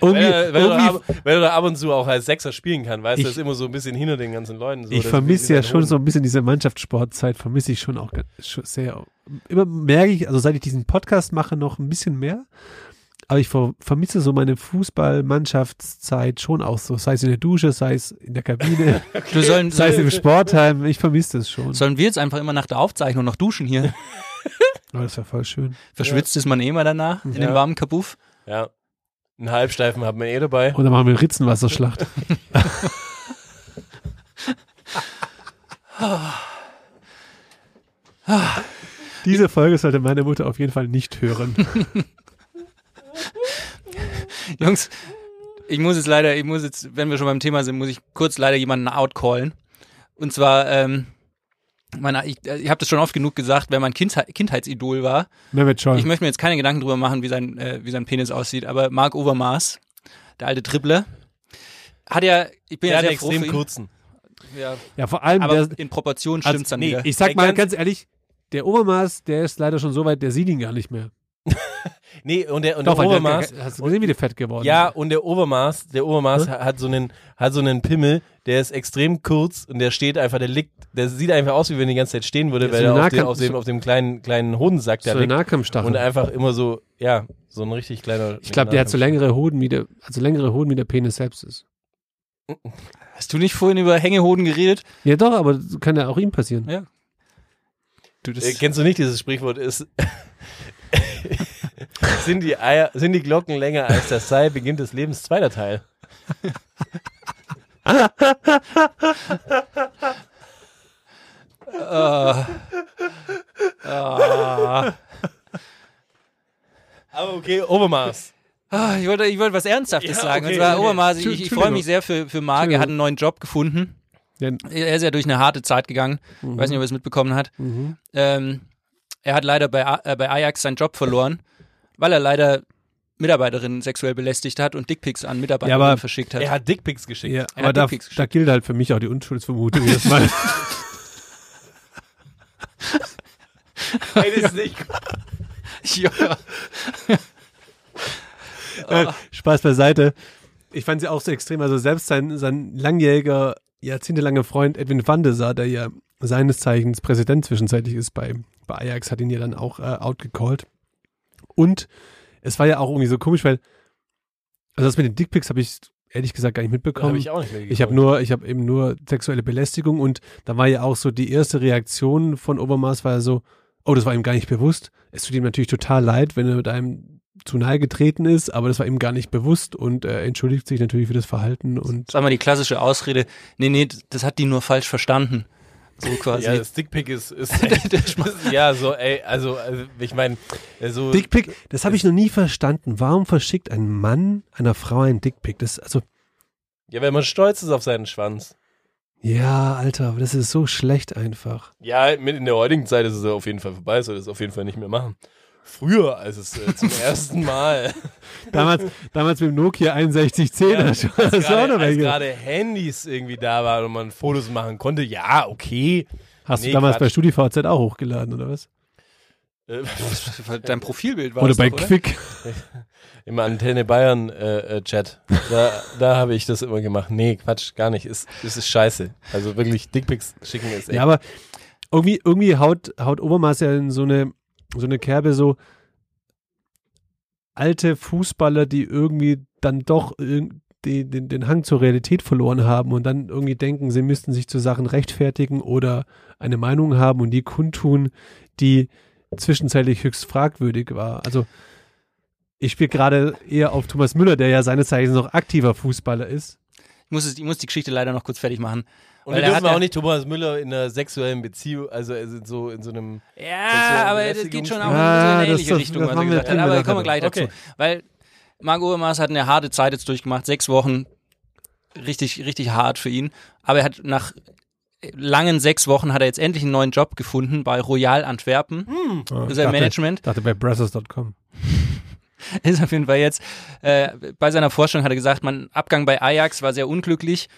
Speaker 6: Irgendwie,
Speaker 2: Wenn er, wenn, er
Speaker 6: irgendwie,
Speaker 2: da ab, wenn er da ab und zu auch als Sechser spielen kann, weißt du,
Speaker 6: Ich-
Speaker 2: das ist immer so ein bisschen hinter den ganzen Leuten. So,
Speaker 6: ich
Speaker 2: dass-
Speaker 6: vermisse
Speaker 2: wie
Speaker 6: ja
Speaker 2: sein
Speaker 6: schon
Speaker 2: Hoden.
Speaker 6: so ein bisschen diese Mannschaftssportzeit, vermisse ich schon auch ganz- schon sehr. Immer merke ich, also seit ich diesen Podcast mache, noch ein bisschen mehr. Aber ich ver vermisse so meine Fußball-Mannschaftszeit schon auch so. Sei es in der Dusche, sei es in der Kabine,
Speaker 7: Du sollen,
Speaker 6: sei es
Speaker 7: sollen,
Speaker 6: im Sportheim. Ich vermisse das schon.
Speaker 7: sollen wir jetzt einfach immer nach der Aufzeichnung noch duschen hier?
Speaker 6: Aber das ist ja voll schön.
Speaker 7: Verschwitzt ist man eh mal danach in dem warmen Kabuff.
Speaker 2: Ja. Einen Halbsteifen hat man eh dabei.
Speaker 6: Und dann machen wir Ritzenwasserschlacht. Diese Folge sollte meine Mutter auf jeden Fall nicht hören.
Speaker 7: Jungs, ich muss jetzt leider, ich muss jetzt, wenn wir schon beim Thema sind, muss ich kurz leider jemanden outcallen. Und zwar, ähm, meine, ich, äh, ich habe das schon oft genug gesagt, wer mein Kindheit, Kindheitsidol war.
Speaker 6: Mehmet Scholl.
Speaker 7: Ich möchte mir jetzt keine Gedanken drüber machen, wie sein, äh, wie sein Penis aussieht, aber Marc Overmars, der alte Dribbler, hat ja, ich
Speaker 2: Der
Speaker 7: bin ja
Speaker 2: hat
Speaker 7: sehr
Speaker 2: einen
Speaker 7: froh für
Speaker 2: extrem
Speaker 7: ihn.
Speaker 2: kurzen.
Speaker 7: ja.
Speaker 6: Ja, vor allem
Speaker 7: Aber
Speaker 6: der,
Speaker 7: in Proportion
Speaker 2: Also,
Speaker 7: stimmt's dann
Speaker 2: nee,
Speaker 7: wieder.
Speaker 6: ich sag
Speaker 2: Ey,
Speaker 6: mal
Speaker 2: ganz-
Speaker 6: ganz, ehrlich, der Obermaß, der ist leider schon so weit, der sieht ihn gar nicht mehr.
Speaker 2: Nee, und der, und
Speaker 6: Doch,
Speaker 2: der
Speaker 6: weil
Speaker 2: Obermaß,
Speaker 6: Der, hast du gesehen, wie der fett geworden
Speaker 2: ja,
Speaker 6: ist?
Speaker 2: und der Obermaß, der Obermaß ha- hat so einen, hat so einen Pimmel, der ist extrem kurz und der steht einfach, der liegt, der sieht einfach aus, wie wenn er die ganze Zeit stehen würde,
Speaker 6: Ja,
Speaker 2: weil
Speaker 6: so
Speaker 2: er auf,
Speaker 6: Nahkampf-
Speaker 2: den, auf, dem, auf dem kleinen, kleinen Hodensack da
Speaker 6: So ein
Speaker 2: liegt
Speaker 6: Nahkampfstachel.
Speaker 2: und einfach immer so, ja, so ein richtig kleiner.
Speaker 6: ich glaube, der hat so längere Hoden wie der, hat so längere Hoden wie der Penis selbst ist.
Speaker 7: Hast du nicht vorhin über Hängehoden geredet?
Speaker 6: Ja, doch, aber das kann ja auch ihm passieren.
Speaker 7: Du, das
Speaker 2: Äh, kennst du nicht dieses Sprichwort? Ist, sind, die Eier, sind die Glocken länger als das Seil, beginnt des Lebens zweiter Teil. Ah. Aber okay, Obermaß.
Speaker 7: Ah, ich, wollte, ich wollte was Ernsthaftes
Speaker 2: Ja,
Speaker 7: sagen.
Speaker 2: okay,
Speaker 7: und zwar,
Speaker 2: okay.
Speaker 7: Obermaß, ich,
Speaker 6: Tschu-
Speaker 7: ich freue
Speaker 6: Entschuldigung.
Speaker 7: mich sehr für, für Marc. Er hat einen neuen Job gefunden.
Speaker 6: Ja,
Speaker 7: Er ist ja durch eine harte Zeit gegangen.
Speaker 2: Mhm.
Speaker 7: Ich weiß nicht, ob er es mitbekommen hat. Ähm, er hat leider bei, A- äh, bei Ajax seinen Job verloren, weil er leider Mitarbeiterinnen sexuell belästigt hat und Dickpics an Mitarbeiterinnen
Speaker 6: Ja, aber
Speaker 7: verschickt hat.
Speaker 2: Er hat Dickpics geschickt.
Speaker 6: ja,
Speaker 7: Er
Speaker 6: aber
Speaker 7: hat
Speaker 6: da,
Speaker 7: Dickpics geschickt.
Speaker 6: da gilt halt für mich auch die Unschuldsvermutung jedes Mal.
Speaker 2: Beides nicht.
Speaker 7: ja.
Speaker 6: Nein, Äh, Spaß beiseite. Ich fand sie auch so extrem. Also selbst sein, sein langjähriger, jahrzehntelanger Freund Edwin van de Sar, der ja seines Zeichens Präsident zwischenzeitlich ist bei, bei Ajax, hat ihn ja dann auch äh, outgecallt. Und es war ja auch irgendwie so komisch, weil, also das mit den Dickpics habe ich ehrlich gesagt gar nicht mitbekommen.
Speaker 2: Habe ich auch nicht mehr
Speaker 6: Ich habe
Speaker 2: geguckt.
Speaker 6: nur, ich habe eben nur sexuelle Belästigung und da war ja auch so die erste Reaktion von Obermaß war ja so, oh, das war ihm gar nicht bewusst. Es tut ihm natürlich total leid, wenn er mit einem zu nahe getreten ist, aber das war ihm gar nicht bewusst und er entschuldigt sich natürlich für das Verhalten und
Speaker 7: Sag mal die klassische Ausrede. Nee, nee, das hat die nur falsch verstanden. So quasi.
Speaker 2: Ja, das Dickpic ist, ist ja so, ey, also, also ich meine, so
Speaker 6: Dickpick, das habe ich noch nie verstanden. Warum verschickt ein Mann einer Frau einen Dickpick? Das also
Speaker 2: Ja, wenn man stolz ist auf seinen Schwanz.
Speaker 6: ja, Alter, aber das ist so schlecht einfach.
Speaker 2: Ja, mit in der heutigen Zeit ist es auf jeden Fall vorbei, soll das auf jeden Fall nicht mehr machen. Früher, als es äh, zum ersten Mal,
Speaker 6: Damals, damals mit dem Nokia 6110
Speaker 2: ja,
Speaker 6: ja,
Speaker 2: als
Speaker 6: schon, das war auch
Speaker 2: gerade
Speaker 6: noch
Speaker 2: als
Speaker 6: welche.
Speaker 2: gerade Handys irgendwie da waren und man Fotos machen konnte, ja, okay.
Speaker 6: Hast
Speaker 2: Nee,
Speaker 6: du damals
Speaker 2: Quatsch.
Speaker 6: bei StudiVZ auch hochgeladen oder was?
Speaker 2: Äh,
Speaker 7: Dein Profilbild war
Speaker 6: Oder
Speaker 7: es
Speaker 6: bei
Speaker 7: doch, oder?
Speaker 6: Quick.
Speaker 2: Im Antenne Bayern äh, äh, Chat, da, da habe ich das immer gemacht. Nee, Quatsch, gar nicht. Es, es ist scheiße. Also wirklich, Dickpics schicken ist echt.
Speaker 6: Ja, aber irgendwie, irgendwie haut, haut Obermaß ja in so eine, so eine Kerbe so alte Fußballer, die irgendwie dann doch irg- die, den, den Hang zur Realität verloren haben und dann irgendwie denken, sie müssten sich zu Sachen rechtfertigen oder eine Meinung haben und die kundtun, die zwischenzeitlich höchst fragwürdig war. Also ich spiele gerade eher auf Thomas Müller, der ja seines Zeichens noch aktiver Fußballer ist.
Speaker 7: Ich muss, es, ich muss die Geschichte leider noch kurz fertig machen.
Speaker 2: und
Speaker 7: weil
Speaker 2: wir
Speaker 7: er hat
Speaker 2: dürfen
Speaker 7: ja-
Speaker 2: auch nicht Thomas Müller in einer sexuellen Beziehung, also also in so in so einem
Speaker 7: Ja,
Speaker 2: so
Speaker 7: aber das
Speaker 2: Belästigungs-
Speaker 7: geht schon auch in
Speaker 6: Ah,
Speaker 7: so eine
Speaker 6: das
Speaker 7: ähnliche
Speaker 6: ist-
Speaker 7: Richtung,
Speaker 6: das
Speaker 7: was er
Speaker 6: machen wir-
Speaker 7: gesagt hat.
Speaker 6: kriegen wir
Speaker 7: Aber wir
Speaker 6: nachher
Speaker 7: kommen gleich
Speaker 2: noch.
Speaker 7: dazu.
Speaker 2: Okay.
Speaker 7: Weil Marco Obermaß hat eine harte Zeit jetzt durchgemacht, sechs Wochen, richtig, richtig hart für ihn. Aber er hat nach langen sechs Wochen hat er jetzt endlich einen neuen Job gefunden bei Royal
Speaker 6: Hm.
Speaker 7: Antwerpen.
Speaker 6: Das
Speaker 7: ist ein Management.
Speaker 6: Dachte bei Brazzers.com.
Speaker 7: Ist auf jeden Fall jetzt, äh, bei seiner Forschung hat er gesagt, mein Abgang bei Ajax war sehr unglücklich.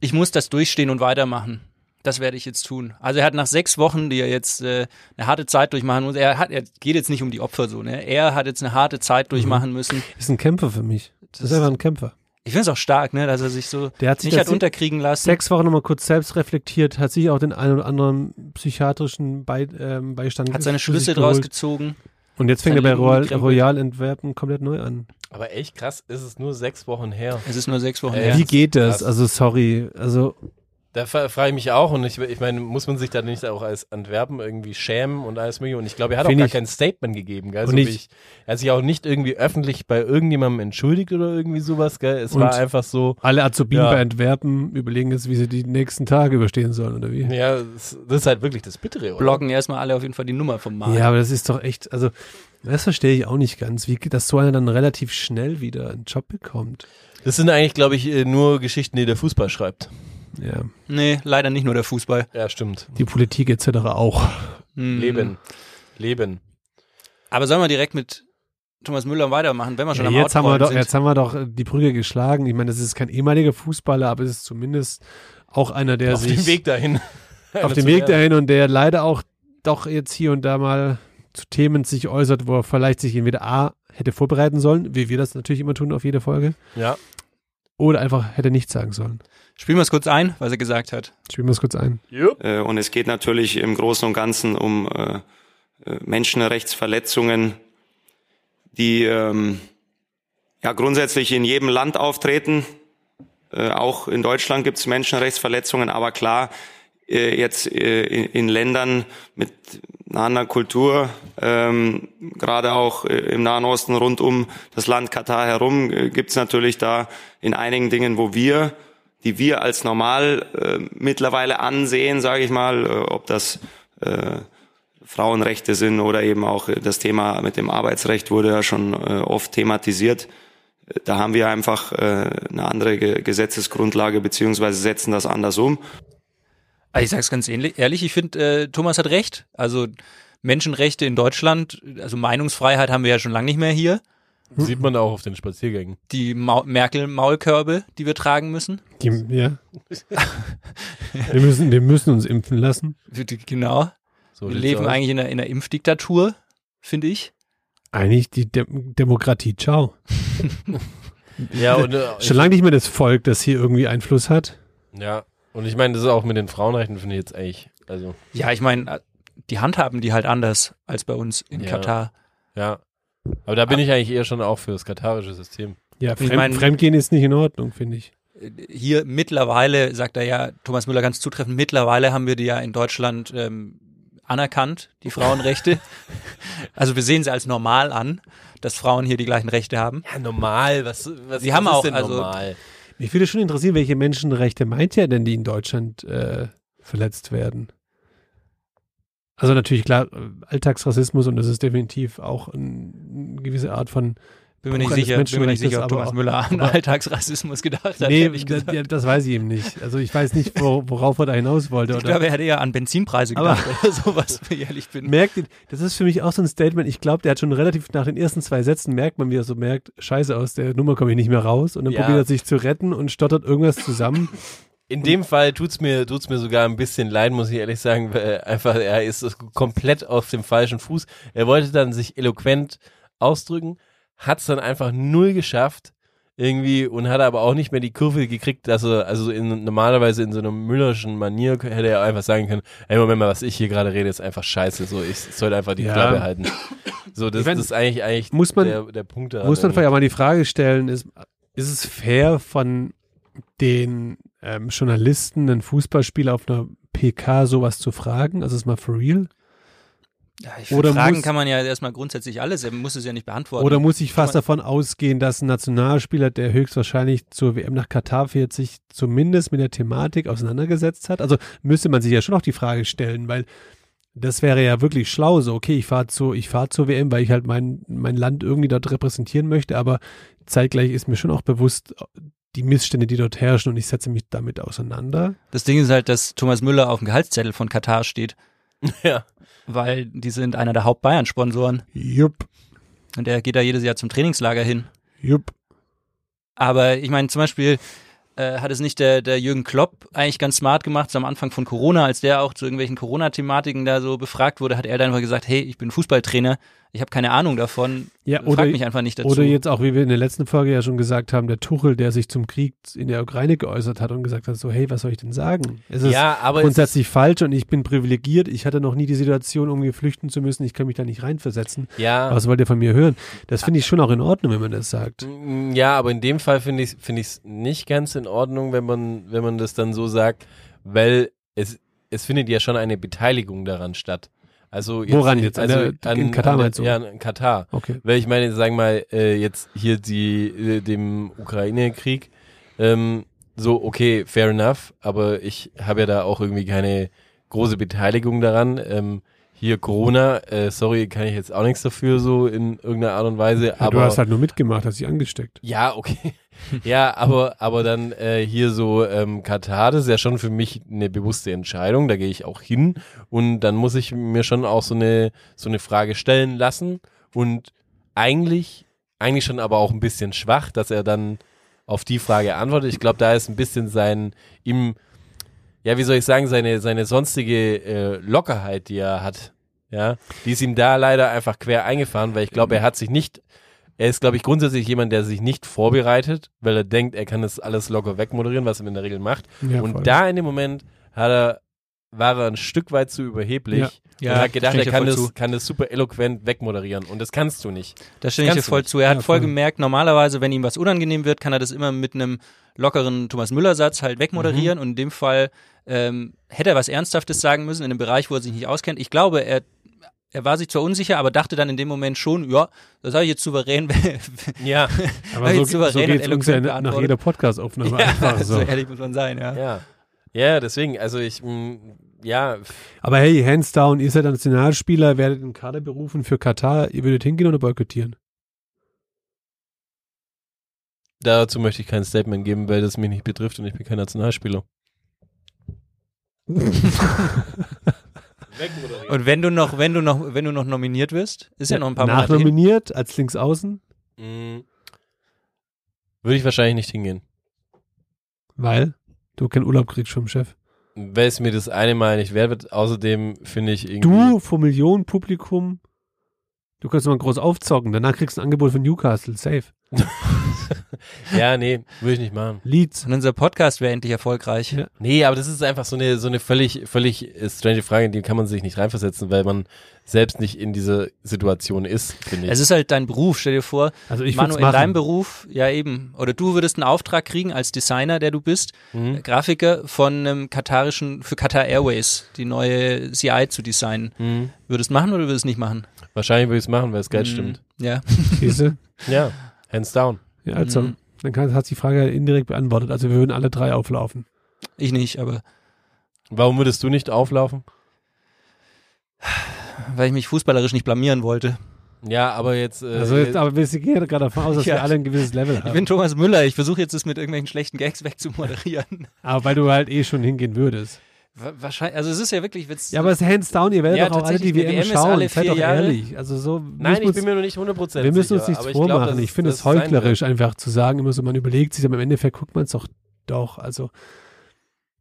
Speaker 7: Ich muss das durchstehen und weitermachen. Das werde ich jetzt tun. Also er hat nach sechs Wochen, die er jetzt äh, eine harte Zeit durchmachen muss, er, hat, er geht jetzt nicht um die Opfer so, ne? Er hat jetzt eine harte
Speaker 6: Mhm.
Speaker 7: Zeit durchmachen müssen.
Speaker 6: Ist ein Kämpfer für mich. Das ist einfach ein Kämpfer.
Speaker 7: Ich finde es auch stark, ne, dass er sich so
Speaker 6: Der hat sich
Speaker 7: nicht
Speaker 6: das
Speaker 7: hat unterkriegen lassen.
Speaker 6: sechs Wochen nochmal kurz selbst reflektiert, hat sich auch den einen oder anderen psychiatrischen Bei, ähm, Beistand
Speaker 7: Hat
Speaker 6: ge-
Speaker 7: seine
Speaker 6: für
Speaker 7: Schlüsse
Speaker 6: sich
Speaker 7: draus
Speaker 6: geholt.
Speaker 7: gezogen.
Speaker 6: Und jetzt fängt
Speaker 7: sein
Speaker 6: er bei
Speaker 7: Leben
Speaker 6: Royal,
Speaker 7: umgekrempelt.
Speaker 6: Royal Antwerpen komplett neu an.
Speaker 2: Aber echt krass, ist es nur sechs Wochen her.
Speaker 7: Es ist nur sechs Wochen
Speaker 2: Äh,
Speaker 7: her.
Speaker 6: Wie geht das?
Speaker 2: krass.
Speaker 6: Also sorry, also
Speaker 2: Da fra- frage ich mich auch und ich, ich meine, muss man sich da nicht auch als Antwerpen irgendwie schämen und alles mögliche? Und ich glaube, er hat auch
Speaker 6: Find
Speaker 2: gar
Speaker 6: ich.
Speaker 2: kein Statement gegeben, gell?
Speaker 6: Und
Speaker 2: so wie
Speaker 6: ich-
Speaker 2: ich, er hat sich auch nicht irgendwie öffentlich bei irgendjemandem entschuldigt oder irgendwie sowas, gell? Es war
Speaker 6: Und-
Speaker 2: einfach so,
Speaker 6: alle Azubinen
Speaker 2: Ja.
Speaker 6: bei Antwerpen überlegen jetzt, wie sie die nächsten Tage überstehen sollen oder wie.
Speaker 2: ja, es- das ist halt wirklich das Bittere, oder?
Speaker 7: Blocken erstmal alle auf jeden Fall die Nummer vom Markt.
Speaker 6: Ja, aber das ist doch echt, also das verstehe ich auch nicht ganz, wie dass so einer dann relativ schnell wieder einen Job bekommt.
Speaker 2: Das sind eigentlich, glaube ich, äh, nur Geschichten, die der Fußball schreibt.
Speaker 6: Ja,
Speaker 7: Nee, leider nicht nur der Fußball.
Speaker 2: Ja, stimmt.
Speaker 6: die Politik etc. auch. Mhm.
Speaker 7: Hm.
Speaker 2: Leben. Leben.
Speaker 7: Aber sollen wir direkt mit Thomas Müller weitermachen, wenn wir schon
Speaker 6: Ja,
Speaker 7: am
Speaker 6: jetzt, haben wir
Speaker 7: Outrollen
Speaker 6: doch,
Speaker 7: sind?
Speaker 6: jetzt haben wir doch äh, die Brücke geschlagen. Ich meine, das ist kein ehemaliger Fußballer, aber es ist zumindest auch einer, der
Speaker 2: auf
Speaker 6: sich
Speaker 2: dem Weg dahin.
Speaker 6: auf dem Weg dahin und der leider auch doch jetzt hier und da mal zu Themen sich äußert, wo er vielleicht sich entweder A hätte vorbereiten sollen, wie wir das natürlich immer tun auf jede Folge,
Speaker 2: Ja.
Speaker 6: oder einfach hätte nichts sagen sollen.
Speaker 7: Spielen wir es kurz ein, was er gesagt hat.
Speaker 6: Spielen wir es kurz ein.
Speaker 9: Äh, Und es geht natürlich im Großen und Ganzen um äh, äh, Menschenrechtsverletzungen, die ähm, ja grundsätzlich in jedem Land auftreten. Äh, Auch in Deutschland gibt es Menschenrechtsverletzungen, aber klar, äh, jetzt äh, in in Ländern mit einer anderen Kultur, ähm, gerade auch äh, im Nahen Osten rund um das Land Katar herum, äh, gibt es natürlich da in einigen Dingen, wo wir die wir als normal äh, mittlerweile ansehen, sage ich mal, äh, ob das äh, Frauenrechte sind oder eben auch äh, das Thema mit dem Arbeitsrecht wurde ja schon äh, oft thematisiert. Äh, Da haben wir einfach äh, eine andere Ge Gesetzesgrundlage beziehungsweise setzen das anders um.
Speaker 7: Also ich sage es ganz ähnlich, ehrlich, ich finde, äh, Thomas hat recht. Also Menschenrechte in Deutschland, also Meinungsfreiheit haben wir ja schon lange nicht mehr hier.
Speaker 2: Sieht man auch auf den Spaziergängen.
Speaker 7: Die Mau Merkel-Maulkörbe, die wir tragen müssen.
Speaker 6: Die, ja. wir, müssen, wir müssen uns impfen lassen.
Speaker 7: Genau.
Speaker 2: So
Speaker 7: Wir
Speaker 2: sieht's
Speaker 7: leben
Speaker 2: aus.
Speaker 7: eigentlich in einer, in einer Impfdiktatur, finde ich.
Speaker 6: Eigentlich die Dem Demokratie, ciao.
Speaker 2: Ja, und, äh, ich,
Speaker 6: Schon lange nicht mehr das Volk, das hier irgendwie Einfluss hat.
Speaker 2: ja. und ich meine, das ist auch mit den Frauenrechten, finde ich jetzt eigentlich. Also,
Speaker 7: Ja, ich meine, die handhaben die halt anders als bei uns in
Speaker 2: Ja.
Speaker 7: Katar.
Speaker 2: ja. Aber da bin ich eigentlich eher schon auch für das katarische System.
Speaker 6: Ja, Fremd,
Speaker 7: mein-
Speaker 6: Fremdgehen ist nicht in Ordnung, finde ich.
Speaker 7: Hier mittlerweile, sagt er ja, Thomas Müller ganz zutreffend, mittlerweile haben wir die ja in Deutschland ähm, anerkannt, die Frauenrechte. also wir sehen sie als normal an, dass Frauen hier die gleichen Rechte haben.
Speaker 2: Ja, normal. Was, was,
Speaker 7: Sie
Speaker 2: was
Speaker 7: haben
Speaker 2: ist
Speaker 7: auch,
Speaker 2: denn
Speaker 7: also-
Speaker 2: normal?
Speaker 6: Mich würde schon interessieren, welche Menschenrechte meint er denn, die in Deutschland äh, verletzt werden? Also natürlich klar, äh, Alltagsrassismus und das ist definitiv auch ein, eine gewisse Art von
Speaker 7: Bin mir nicht
Speaker 6: Bruch eines
Speaker 7: sicher, bin mir nicht
Speaker 6: Menschenrechts,
Speaker 7: sicher, ob
Speaker 6: aber-
Speaker 7: Thomas Müller an Alltagsrassismus gedacht hat.
Speaker 6: Nee,
Speaker 7: ehrlich
Speaker 6: das,
Speaker 7: gesagt.
Speaker 6: ja, das weiß ich eben nicht. Also ich weiß nicht, wo, worauf er da hinaus wollte.
Speaker 7: ich
Speaker 6: oder?
Speaker 7: glaube, er hätte ja an Benzinpreise
Speaker 6: Aber-
Speaker 7: gedacht oder sowas, wenn ich ehrlich bin.
Speaker 6: merkt, ihn- das ist für mich auch so ein Statement. Ich glaube, der hat schon relativ nach den ersten zwei Sätzen merkt man, wie er so merkt, scheiße, aus der Nummer komme ich nicht mehr raus. Und dann
Speaker 2: Ja.
Speaker 6: probiert er sich zu retten und stottert irgendwas zusammen.
Speaker 2: In dem Fall tut's mir, tut's mir sogar ein bisschen leid, muss ich ehrlich sagen. Weil einfach, er ist komplett auf dem falschen Fuß. Er wollte dann sich eloquent ausdrücken, hat's dann einfach null geschafft. Irgendwie und hat aber auch nicht mehr die Kurve gekriegt, dass er, also in, normalerweise in so einer müllerschen Manier k- hätte er einfach sagen können, ey Moment mal, was ich hier gerade rede, ist einfach scheiße, so ich sollte einfach die
Speaker 6: Ja.
Speaker 2: Klappe halten. So, das,
Speaker 6: Ich mein,
Speaker 2: das ist eigentlich, eigentlich
Speaker 6: muss man-
Speaker 2: der, der Punkt da.
Speaker 6: Muss man vielleicht auch mal die Frage stellen, ist, ist es fair von den ähm, Journalisten, einen Fußballspieler auf einer PK sowas zu fragen? Also ist mal for real?
Speaker 7: Ja, ich
Speaker 6: Oder
Speaker 7: Fragen
Speaker 6: muss-
Speaker 7: kann man ja erstmal grundsätzlich alles, er muss es ja nicht beantworten.
Speaker 6: Oder muss ich fast davon ausgehen, dass ein Nationalspieler, der höchstwahrscheinlich zur WM nach Katar fährt, sich zumindest mit der Thematik auseinandergesetzt hat? Also müsste man sich ja schon auch die Frage stellen, weil das wäre ja wirklich schlau, so, okay, ich fahre zu, ich fahr zur WM, weil ich halt mein, mein Land irgendwie dort repräsentieren möchte, aber zeitgleich ist mir schon auch bewusst die Missstände, die dort herrschen und ich setze mich damit auseinander.
Speaker 7: Das Ding ist halt, dass Thomas Müller auf dem Gehaltszettel von Katar steht,
Speaker 2: ja.
Speaker 7: weil die sind einer der Haupt-Bayern-Sponsoren
Speaker 6: Jupp,
Speaker 7: und er geht da jedes Jahr zum Trainingslager hin.
Speaker 6: jupp.
Speaker 7: Aber ich meine, zum Beispiel äh, hat es nicht der, der Jürgen Klopp eigentlich ganz smart gemacht, so am Anfang von Corona, als der auch zu irgendwelchen Corona-Thematiken da so befragt wurde, hat er dann einfach gesagt, hey, ich bin Fußballtrainer, ich habe keine Ahnung davon,
Speaker 6: Ja,
Speaker 7: Also frag mich einfach nicht dazu.
Speaker 6: Oder jetzt auch, wie wir in der letzten Folge ja schon gesagt haben, der Tuchel, der sich zum Krieg in der Ukraine geäußert hat und gesagt hat, so, hey, was soll ich denn sagen? Es ist
Speaker 2: ja, aber es ist-
Speaker 6: grundsätzlich falsch und ich bin privilegiert. Ich hatte noch nie die Situation, um flüchten zu müssen. Ich kann mich da nicht reinversetzen.
Speaker 2: ja.
Speaker 6: Was wollt ihr von mir hören? Das finde ich schon auch in Ordnung, wenn man das sagt.
Speaker 7: Mhm.
Speaker 2: Mm, Ja, aber in dem Fall finde ich es find ich's nicht ganz in Ordnung, wenn man, wenn man das dann so sagt, weil es, es findet ja schon eine Beteiligung daran statt. Also
Speaker 6: Woran jetzt? An
Speaker 2: Also
Speaker 6: der- in Katar
Speaker 2: an
Speaker 6: meinst
Speaker 2: der,
Speaker 6: du?
Speaker 2: Ja, in Katar.
Speaker 6: Okay.
Speaker 2: Weil ich meine, sagen wir mal, äh, jetzt hier die, äh, dem Ukraine-Krieg, ähm, so, okay, fair enough, aber ich habe ja da auch irgendwie keine große Beteiligung daran. Ähm, hier Corona, äh, sorry, kann ich jetzt auch nichts dafür, so in irgendeiner Art und Weise.
Speaker 6: Ja,
Speaker 2: aber
Speaker 6: du hast halt nur mitgemacht, hast dich angesteckt.
Speaker 2: ja, okay. Ja, aber, aber dann äh, hier so ähm, Katar, das ist ja schon für mich eine bewusste Entscheidung, da gehe ich auch hin und dann muss ich mir schon auch so eine, so eine Frage stellen lassen und eigentlich, eigentlich schon aber auch ein bisschen schwach, dass er dann auf die Frage antwortet. Ich glaube, da ist ein bisschen sein, ihm ja, wie soll ich sagen, seine, seine sonstige äh, Lockerheit, die er hat, ja, die ist ihm da leider einfach quer eingefahren, weil ich glaube, er hat sich nicht, er ist, glaube ich, grundsätzlich jemand, der sich nicht vorbereitet, weil er denkt, er kann das alles locker wegmoderieren, was er in der Regel macht.
Speaker 6: Ja, voll.
Speaker 2: und da in dem Moment hat er, war er ein Stück weit zu überheblich
Speaker 7: Ja.
Speaker 2: und
Speaker 7: Ja,
Speaker 2: hat gedacht,
Speaker 7: stimme ich
Speaker 2: er
Speaker 7: dir
Speaker 2: kann
Speaker 7: voll
Speaker 2: das,
Speaker 7: zu.
Speaker 2: kann das super eloquent wegmoderieren. Und das kannst du nicht.
Speaker 7: Da stimme ich dir
Speaker 2: Kannst du
Speaker 7: voll
Speaker 2: nicht.
Speaker 7: zu. Er hat
Speaker 6: genau. Ja,
Speaker 7: voll
Speaker 6: voll.
Speaker 7: gemerkt, normalerweise, wenn ihm was unangenehm wird, kann er das immer mit einem lockeren Thomas Müller-Satz halt
Speaker 6: Mhm.
Speaker 7: wegmoderieren. Und in dem Fall ähm, hätte er was Ernsthaftes sagen müssen in einem Bereich, wo er sich nicht auskennt. Ich glaube, er, er war sich zwar unsicher, aber dachte dann in dem Moment schon, ja, das habe ich jetzt souverän.
Speaker 2: Ja,
Speaker 6: Aber
Speaker 7: Weil
Speaker 6: so,
Speaker 7: jetzt
Speaker 6: so
Speaker 7: souverän und
Speaker 6: geht es uns ja
Speaker 7: eloquent also
Speaker 6: nach
Speaker 7: beantwortet.
Speaker 6: jeder Podcast-Aufnahme einfach so.
Speaker 7: so ehrlich muss man sein, ja.
Speaker 2: ja. Ja, deswegen, also ich, mh, ja,
Speaker 6: Aber hey, hands down, ihr seid ein Nationalspieler, werdet in den Kader berufen für Katar, ihr würdet hingehen oder boykottieren?
Speaker 2: dazu möchte ich kein Statement geben, weil das mich nicht betrifft und ich bin kein Nationalspieler.
Speaker 7: Und wenn du noch, wenn du noch, wenn du noch nominiert wirst, ist ja noch ein paar Monate hin.
Speaker 6: Nachnominiert als Linksaußen,
Speaker 7: Mhm.
Speaker 2: Mm. Würde ich wahrscheinlich nicht hingehen.
Speaker 6: weil du keinen Urlaub kriegst vom Chef.
Speaker 2: Weil es mir das eine Mal nicht wert wird. Außerdem finde ich irgendwie.
Speaker 6: Du vor Millionen Publikum, du kannst mal groß aufzocken, danach kriegst du ein Angebot von Newcastle, safe.
Speaker 2: Ja, nee, würde ich nicht machen.
Speaker 6: Leeds.
Speaker 7: Und unser Podcast wäre endlich erfolgreich.
Speaker 6: Ja.
Speaker 2: Nee, aber das ist einfach so eine, so eine völlig, völlig äh, strange Frage, in die kann man sich nicht reinversetzen, weil man selbst nicht in diese Situation ist, finde ich.
Speaker 7: Es ist halt dein Beruf, stell dir vor,
Speaker 6: Also ich
Speaker 7: Manu,
Speaker 6: würde
Speaker 7: in deinem
Speaker 6: machen.
Speaker 7: Beruf, ja eben. Oder du würdest einen Auftrag kriegen als Designer, der du bist, äh, Grafiker von einem katarischen, für Qatar Airways, die neue CI zu designen.
Speaker 2: Mhm.
Speaker 7: Würdest du machen oder würdest du nicht machen?
Speaker 2: Wahrscheinlich würde ich es machen, weil es Geld stimmt.
Speaker 7: Ja.
Speaker 6: Siehste?
Speaker 2: Ja, hands down.
Speaker 6: Ja, also,
Speaker 7: Mhm.
Speaker 6: dann kann, hast du die Frage indirekt beantwortet. Also wir würden alle drei auflaufen.
Speaker 7: Ich nicht, aber
Speaker 2: Warum würdest du nicht auflaufen?
Speaker 7: weil ich mich fußballerisch nicht blamieren wollte.
Speaker 2: Ja, aber jetzt. Äh,
Speaker 6: Also jetzt, aber wir gehen gerade davon aus, dass
Speaker 7: Ja.
Speaker 6: wir alle ein gewisses Level
Speaker 7: Ich
Speaker 6: haben.
Speaker 7: bin Thomas Müller, ich versuche jetzt das mit irgendwelchen schlechten Gags wegzumoderieren.
Speaker 6: Aber weil du halt eh schon hingehen würdest.
Speaker 7: Wa- Wahrscheinlich, also es ist ja wirklich Witz.
Speaker 6: Ja, aber es ist hands down, ihr werdet
Speaker 7: Ja,
Speaker 6: doch auch alle die
Speaker 7: tatsächlich,
Speaker 6: WM,
Speaker 7: die WM ist
Speaker 6: schauen.
Speaker 7: alle
Speaker 6: Seid
Speaker 7: vier
Speaker 6: doch
Speaker 7: Jahre.
Speaker 6: ehrlich. Also so
Speaker 2: Nein, ich
Speaker 6: müssen
Speaker 2: bin
Speaker 6: wir uns-
Speaker 2: mir noch nicht 100%
Speaker 6: wir müssen uns
Speaker 2: sicher,
Speaker 6: nichts
Speaker 2: aber ich glaub,
Speaker 6: vormachen.
Speaker 2: dass
Speaker 6: ich finde
Speaker 2: dass
Speaker 6: es
Speaker 2: sein wird.
Speaker 6: heuchlerisch, einfach zu sagen, immer so, man überlegt sich, aber im Endeffekt guckt man es doch doch. Also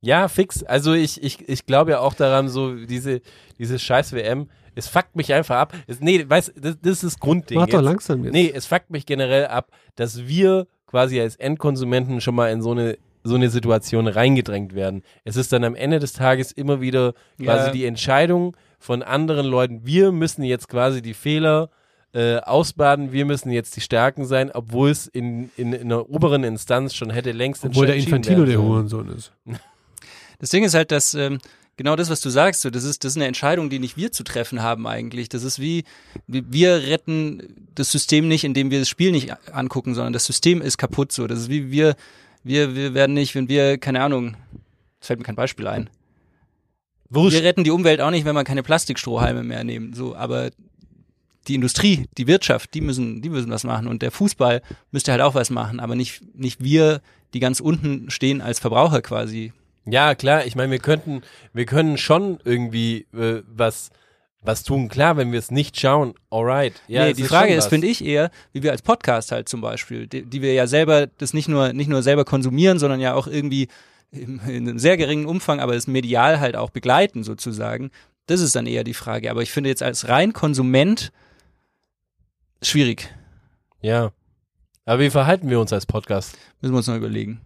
Speaker 2: Ja, fix. Also ich, ich, ich glaube ja auch daran, so diese, diese scheiß WM, es fuckt mich einfach ab. Es, nee, weißt das, das ist das Grundding.
Speaker 6: mach doch
Speaker 2: jetzt.
Speaker 6: langsam jetzt.
Speaker 2: Nee, es fuckt mich generell ab, dass wir quasi als Endkonsumenten schon mal in so eine so eine Situation reingedrängt werden. Es ist dann am Ende des Tages immer wieder quasi
Speaker 7: Ja.
Speaker 2: die Entscheidung von anderen Leuten. Wir müssen jetzt quasi die Fehler äh, ausbaden, wir müssen jetzt die Stärken sein, obwohl es in, in, in einer oberen Instanz schon hätte längst
Speaker 6: Obwohl der
Speaker 2: entschieden
Speaker 6: Infantino
Speaker 2: werden
Speaker 6: der
Speaker 2: sollen.
Speaker 6: Hurensohn ist.
Speaker 7: Das Ding ist halt, dass ähm, genau das, was du sagst, so, das, ist, das ist eine Entscheidung, die nicht wir zu treffen haben eigentlich. Das ist wie, wie- wir retten das System nicht, indem wir das Spiel nicht a- angucken, sondern das System ist kaputt. So. Das ist wie wir, wir, wir werden nicht, wenn wir, keine Ahnung, es fällt mir kein Beispiel ein.
Speaker 2: Wurscht.
Speaker 7: Wir retten die Umwelt auch nicht, wenn wir keine Plastikstrohhalme mehr nehmen. So, aber die Industrie, die Wirtschaft, die müssen, die müssen was machen. Und der Fußball müsste halt auch was machen, aber nicht, nicht wir, die ganz unten stehen als Verbraucher quasi.
Speaker 2: Ja, klar, ich meine, wir könnten, wir können schon irgendwie äh, was, was tun. Klar, wenn wir es nicht schauen, alright. Ja,
Speaker 7: nee,
Speaker 2: es
Speaker 7: die
Speaker 2: ist
Speaker 7: Frage
Speaker 2: schon
Speaker 7: ist,
Speaker 2: was.
Speaker 7: finde ich eher, wie wir als Podcast halt zum Beispiel, die, die wir ja selber das nicht nur, nicht nur selber konsumieren, sondern ja auch irgendwie im, in einem sehr geringen Umfang, aber es medial halt auch begleiten sozusagen. Das ist dann eher die Frage. Aber ich finde jetzt als rein Konsument schwierig.
Speaker 2: Ja. Aber wie verhalten wir uns als Podcast?
Speaker 7: Müssen wir uns noch überlegen.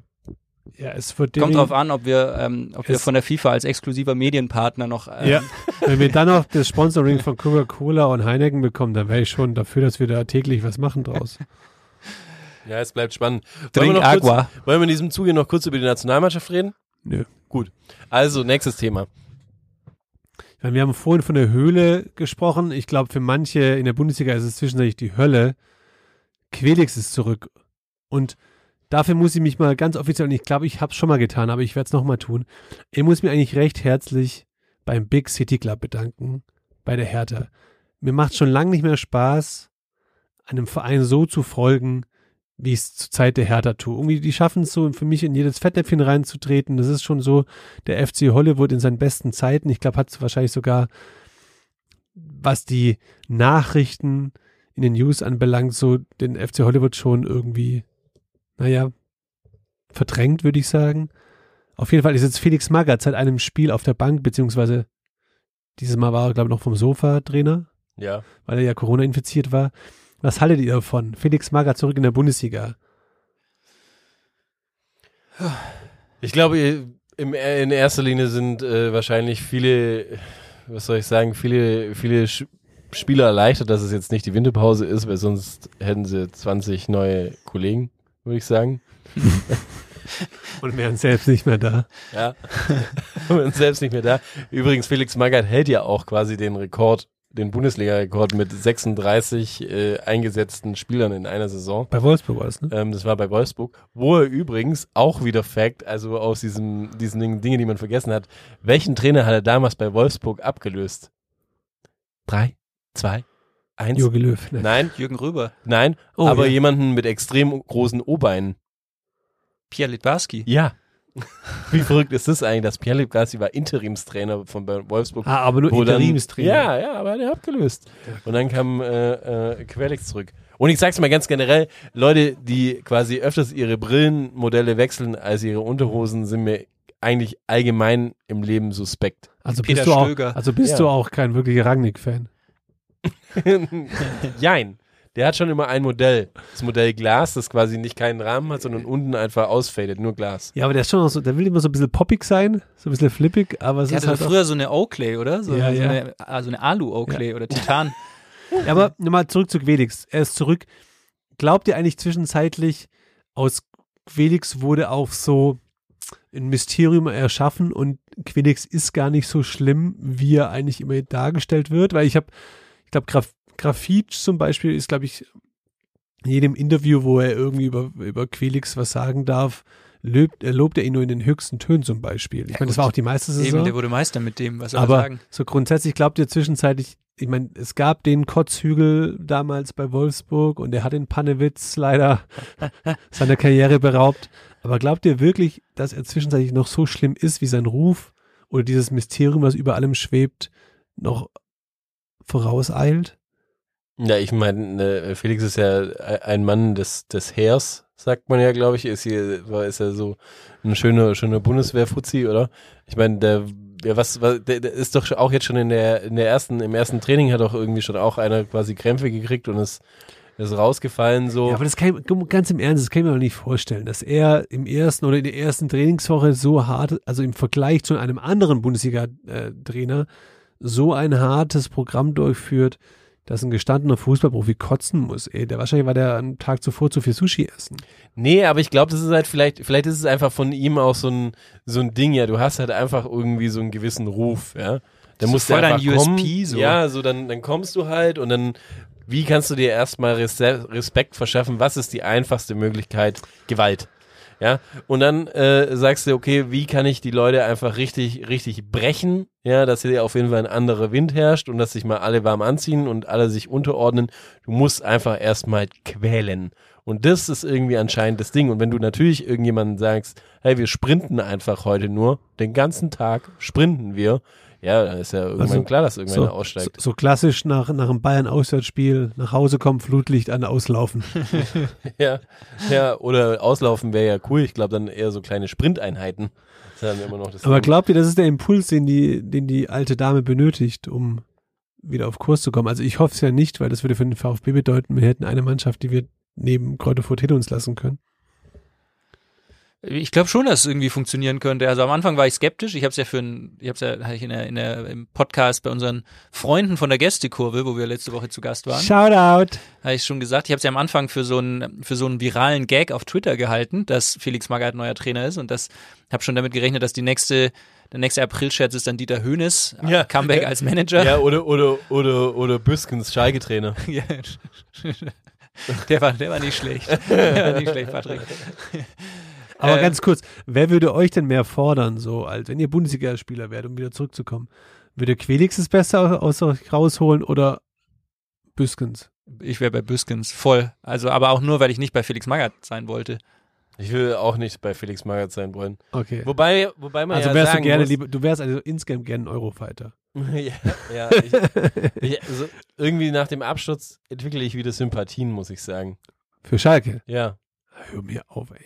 Speaker 6: Ja, es wird
Speaker 7: Kommt drauf
Speaker 6: definitiv-
Speaker 7: an, ob wir, ähm, ob wir
Speaker 6: Es-
Speaker 7: von der FIFA als exklusiver Medienpartner noch. Ähm,
Speaker 6: Ja. Wenn wir dann noch das Sponsoring von Coca-Cola und Heineken bekommen, dann wäre ich schon dafür, dass wir da täglich was machen draus.
Speaker 2: Ja, es bleibt spannend. wir
Speaker 7: Trink
Speaker 2: noch
Speaker 7: Agua.
Speaker 2: Kurz, wollen wir in diesem Zuge noch kurz über die Nationalmannschaft reden?
Speaker 6: Nö.
Speaker 2: Gut. Also, nächstes Thema.
Speaker 6: Ich meine, wir haben vorhin von der Höhle gesprochen. Ich glaube, für manche in der Bundesliga ist es zwischendurch die Hölle. Quelix ist zurück. Und dafür muss ich mich mal ganz offiziell, und ich glaube, ich habe es schon mal getan, aber ich werde es nochmal tun. Ich muss mich eigentlich recht herzlich beim Big City Club bedanken, bei der Hertha. Mir macht schon lange nicht mehr Spaß, einem Verein so zu folgen, wie ich es zur Zeit der Hertha tue. Irgendwie, die schaffen es so, für mich in jedes Fettnäpfchen reinzutreten. Das ist schon so, der FC Hollywood in seinen besten Zeiten. Ich glaube, hat wahrscheinlich sogar, was die Nachrichten in den News anbelangt, so den FC Hollywood schon irgendwie, naja, verdrängt, würde ich sagen. Auf jeden Fall ist jetzt Felix Magath seit einem Spiel auf der Bank, beziehungsweise dieses Mal war er, glaube ich, noch vom Sofa-Trainer,
Speaker 2: Ja.
Speaker 6: weil er ja Corona infiziert war. Was haltet ihr davon? Felix Magath zurück in der Bundesliga.
Speaker 2: Ich glaube, im, in erster Linie sind äh, wahrscheinlich viele, was soll ich sagen, viele, viele Sch Spieler erleichtert, dass es jetzt nicht die Winterpause ist, weil sonst hätten sie 20 neue Kollegen, würde ich sagen.
Speaker 6: Und wären selbst nicht mehr da.
Speaker 2: Ja. Und selbst nicht mehr da. Übrigens, Felix Magath hält ja auch quasi den Rekord, den Bundesliga-Rekord mit 36 äh, eingesetzten Spielern in einer Saison.
Speaker 6: Bei Wolfsburg war es, ne?
Speaker 2: Ähm, das war bei Wolfsburg, wo er übrigens auch wieder Fact, also aus diesem, diesen Dingen, Dinge, die man vergessen hat, welchen Trainer hat er damals bei Wolfsburg abgelöst? Drei, zwei, eins.
Speaker 6: Jürgen Löw. Ne?
Speaker 2: Nein,
Speaker 7: Jürgen Röber,
Speaker 2: nein,
Speaker 6: Oh,
Speaker 2: aber
Speaker 6: ja.
Speaker 2: jemanden mit extrem großen O-Beinen.
Speaker 7: Pierre Litbarski.
Speaker 2: Ja. Wie verrückt ist das eigentlich, dass Pierre Gassi war Interimstrainer von bei Wolfsburg.
Speaker 6: Ah, aber nur
Speaker 2: wo dann-
Speaker 6: Interimstrainer.
Speaker 2: Ja, ja, aber der hat abgelöst. Und dann kam äh, äh, Quelix zurück. Und ich sag's mal ganz generell, Leute, die quasi öfters ihre Brillenmodelle wechseln als ihre Unterhosen, sind mir eigentlich allgemein im Leben suspekt.
Speaker 6: Also
Speaker 7: Peter
Speaker 6: bist, du auch,
Speaker 7: Stöger.
Speaker 6: also bist
Speaker 2: Ja.
Speaker 6: du auch kein wirklicher Rangnick-Fan.
Speaker 2: Jein. Der hat schon immer ein Modell. Das Modell Glas, das quasi nicht keinen Rahmen hat, sondern unten einfach ausfadet, nur Glas.
Speaker 6: Ja, aber der ist schon auch so, der will immer so ein bisschen poppig sein, so ein bisschen flippig, aber es
Speaker 7: Der
Speaker 6: ist
Speaker 7: hatte
Speaker 6: halt
Speaker 7: doch
Speaker 6: auch-
Speaker 7: früher so eine Oakley, oder? So,
Speaker 6: Ja,
Speaker 7: so
Speaker 6: ja.
Speaker 7: eine, ah, so eine Alu-Oakley oder Titan.
Speaker 6: Ja, aber nochmal zurück zu Quelix. Er ist zurück. Glaubt ihr eigentlich zwischenzeitlich, aus Quelix wurde auch so ein Mysterium erschaffen und Quelix ist gar nicht so schlimm, wie er eigentlich immer dargestellt wird? Weil ich habe, ich glaube, Graf, Grafitsch zum Beispiel ist, glaube ich, in jedem Interview, wo er irgendwie über, über Quelix was sagen darf, lobt, äh, lobt er ihn nur in den höchsten Tönen zum Beispiel. Ich
Speaker 7: Ja,
Speaker 6: meine, das
Speaker 7: gut.
Speaker 6: war auch die meiste Saison.
Speaker 7: Eben, der wurde Meister mit dem, was soll man
Speaker 6: Aber
Speaker 7: sagen?
Speaker 6: so grundsätzlich glaubt ihr zwischenzeitlich, ich meine, es gab den Kotzhügel damals bei Wolfsburg und er hat den Pannewitz leider seiner Karriere beraubt. Aber glaubt ihr wirklich, dass er zwischenzeitlich noch so schlimm ist, wie sein Ruf oder dieses Mysterium, was über allem schwebt, noch vorauseilt?
Speaker 2: Ja, ich meine, äh, Felix ist ja e- ein Mann des, des Heers, sagt man ja, glaube ich. Ist hier, war- ist ja so ein schöner, schöner Bundeswehr-Fuzzi, oder? Ich meine, der, der was, was der, der ist doch auch jetzt schon in der, in der ersten, im ersten Training hat doch irgendwie schon auch einer quasi Krämpfe gekriegt und ist, ist rausgefallen so.
Speaker 6: Ja, aber das kann ich, ganz im Ernst, das kann ich mir noch nicht vorstellen, dass er im ersten oder in der ersten Trainingswoche so hart, also im Vergleich zu einem anderen Bundesliga-Trainer, so ein hartes Programm durchführt, dass ein gestandener Fußballprofi kotzen muss. Ey, der wahrscheinlich war der am Tag zuvor zu viel Sushi essen.
Speaker 2: Nee, aber ich glaube, das ist halt vielleicht, vielleicht ist es einfach von ihm auch so ein, so ein Ding, ja. Du hast halt einfach irgendwie so einen gewissen Ruf, ja. Dann
Speaker 7: So
Speaker 2: musst du
Speaker 7: voll dein
Speaker 2: einfach kommen.
Speaker 7: USP so.
Speaker 2: Ja, so dann, dann kommst du halt und dann, wie kannst du dir erstmal Res Respekt verschaffen? Was ist die einfachste Möglichkeit? Gewalt. Ja, und dann äh, sagst du, okay, wie kann ich die Leute einfach richtig, richtig brechen? Ja, dass hier auf jeden Fall ein anderer Wind herrscht und dass sich mal alle warm anziehen und alle sich unterordnen. Du musst einfach erstmal quälen. Und das ist irgendwie anscheinend das Ding. Und wenn du natürlich irgendjemandem sagst, hey, wir sprinten einfach heute nur, den ganzen Tag sprinten wir, ja, dann ist ja irgendwann
Speaker 6: Also,
Speaker 2: klar, dass irgendwann
Speaker 6: So,
Speaker 2: einer
Speaker 6: so,
Speaker 2: aussteigt.
Speaker 6: so klassisch nach, nach einem Bayern-Auswärtsspiel, nach Hause kommen, Flutlicht an, auslaufen.
Speaker 2: Ja, ja, oder auslaufen wäre ja cool. Ich glaube, dann eher so kleine Sprinteinheiten. Das ist dann immer noch das
Speaker 6: Aber
Speaker 2: Ding.
Speaker 6: glaubt ihr, das ist der Impuls, den die, den die alte Dame benötigt, um wieder auf Kurs zu kommen? Also ich hoffe es ja nicht, weil das würde für den VfB bedeuten, wir hätten eine Mannschaft, die wir neben Kräuterfurt hinter uns lassen können.
Speaker 7: Ich glaube schon, dass es irgendwie funktionieren könnte. Also am Anfang war ich skeptisch. Ich habe es ja für ein, ich habe es ja hatte ich in der, in der, im Podcast bei unseren Freunden von der Gästekurve, wo wir letzte Woche zu Gast waren,
Speaker 6: Shoutout!
Speaker 7: habe ich schon gesagt. Ich habe es ja am Anfang für so einen für so einen viralen Gag auf Twitter gehalten, dass Felix Magath neuer Trainer ist und das habe schon damit gerechnet, dass die nächste der nächste April-Scherz ist dann Dieter Hönes,
Speaker 2: Ja.
Speaker 7: Comeback als Manager.
Speaker 2: Ja, oder, oder, oder, oder Büskens Schalgetrainer.
Speaker 7: Ja. Der war, der war nicht schlecht. Der war nicht schlecht, Patrick.
Speaker 6: Aber
Speaker 7: Äh,
Speaker 6: ganz kurz, wer würde euch denn mehr fordern, so als wenn ihr Bundesligaspieler wärt, um wieder zurückzukommen? Würde Quelix es besser aus euch rausholen oder Büskens?
Speaker 7: Ich wäre bei Büskens voll. Also, aber auch nur, weil ich nicht bei Felix Magath sein wolth
Speaker 2: Ich will auch nicht bei Felix Magath sein wollen.
Speaker 6: Okay.
Speaker 2: Wobei, wobei man
Speaker 6: Also
Speaker 2: ja
Speaker 6: wärst du
Speaker 2: sagen
Speaker 6: gerne
Speaker 2: muss,
Speaker 6: lieber, du wärst also insgesamt gerne ein Eurofighter.
Speaker 2: ja, ja, ich, ich, also irgendwie nach dem Absturz entwickle ich wieder Sympathien, muss ich sagen.
Speaker 6: Für Schalke.
Speaker 2: Ja.
Speaker 6: Hör mir auf, ey.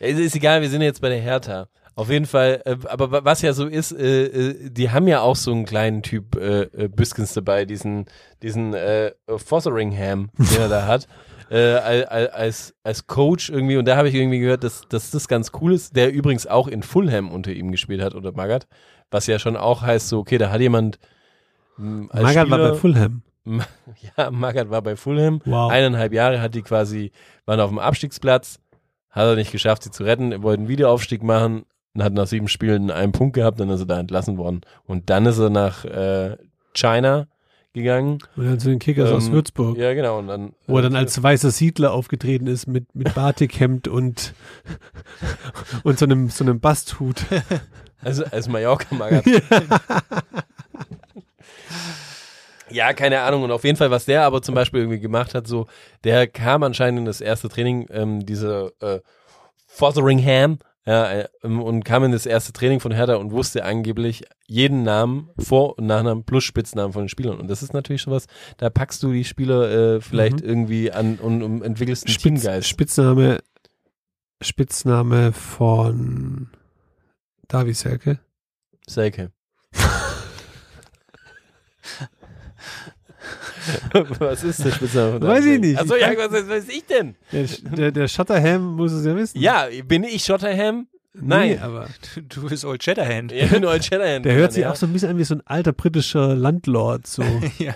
Speaker 2: Es ist egal, wir sind jetzt bei der Hertha. Auf jeden Fall, äh, aber wa- was ja so ist, äh, äh, die haben ja auch so einen kleinen Typ äh, äh, Biskins dabei, diesen, diesen äh, Fotheringham, den er da hat, äh, al- al- als, als Coach irgendwie. Und da habe ich irgendwie gehört, dass, dass das ganz cool ist, der übrigens auch in Fulham unter ihm gespielt hat oder Magath, was ja schon auch heißt, so, okay, da hat jemand. mh, als
Speaker 6: Magath war
Speaker 2: Spieler-
Speaker 6: bei Fulham.
Speaker 2: ja, Magath war bei Fulham.
Speaker 6: Wow.
Speaker 2: Eineinhalb Jahre hat die quasi, waren auf dem Abstiegsplatz, hat er nicht geschafft, sie zu retten, wollten Wiederaufstieg machen und hat nach sieben Spielen einen Punkt gehabt, dann ist er da entlassen worden. Und dann ist er nach äh, China gegangen.
Speaker 6: Und dann zu den Kickers aus
Speaker 2: Ähm,
Speaker 6: Würzburg.
Speaker 2: Ja, genau. Und dann,
Speaker 6: Wo er dann als weißer Siedler aufgetreten ist mit, mit Batikhemd und, und so einem, so einem Basthut.
Speaker 2: Also als Mallorca-Magazin. ja, keine Ahnung. Und auf jeden Fall, was der aber zum Beispiel irgendwie gemacht hat, so, der kam anscheinend in das erste Training, ähm, diese äh, Fotheringham, ja, äh, ähm, und kam in das erste Training von Hertha und wusste angeblich jeden Namen, Vor- und Nachnamen plus Spitznamen von den Spielern. Und das ist natürlich schon was, da packst du die Spieler äh, vielleicht irgendwie an und, und entwickelst einen
Speaker 6: Spitz-
Speaker 2: Teamgeist.
Speaker 6: Spitzname, Spitzname von Davi Selke.
Speaker 2: Selke. was ist der Spitzname von deinem
Speaker 6: Weiß ich
Speaker 2: Selke?
Speaker 6: nicht.
Speaker 2: Achso, ja, was, was weiß ich denn?
Speaker 6: Der, der, der Shutterham muss es ja wissen.
Speaker 2: Ja, bin ich Schotterham? Nein.
Speaker 6: Nee, aber
Speaker 7: Du bist Old Shatterhand.
Speaker 2: Ja, ich bin Old Shatterhand.
Speaker 6: der hört sich
Speaker 2: ja.
Speaker 6: auch so ein bisschen an wie so ein alter britischer Landlord. So.
Speaker 7: Ja.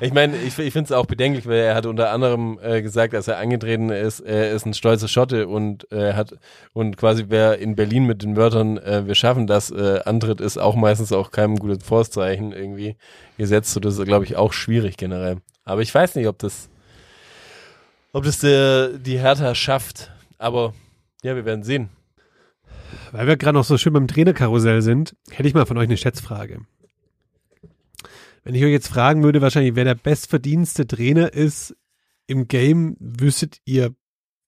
Speaker 2: Ich meine, ich, ich finde es auch bedenklich, weil er hat unter anderem äh, gesagt, als er angetreten ist, er ist ein stolzer Schotte und äh, hat und quasi wer in Berlin mit den Wörtern äh, wir schaffen das äh, antritt, ist auch meistens auch keinem guten Vorzeichen irgendwie gesetzt. So, das ist, glaube ich, auch schwierig generell. Aber ich weiß nicht, ob das ob das der, die Hertha schafft. Aber ja, wir werden sehen.
Speaker 6: Weil wir gerade noch so schön beim Trainerkarussell sind, hätte ich mal von euch eine Schätzfrage. Wenn ich euch jetzt fragen würde, wahrscheinlich, wer der bestverdienste Trainer ist im Game, wüsstet ihr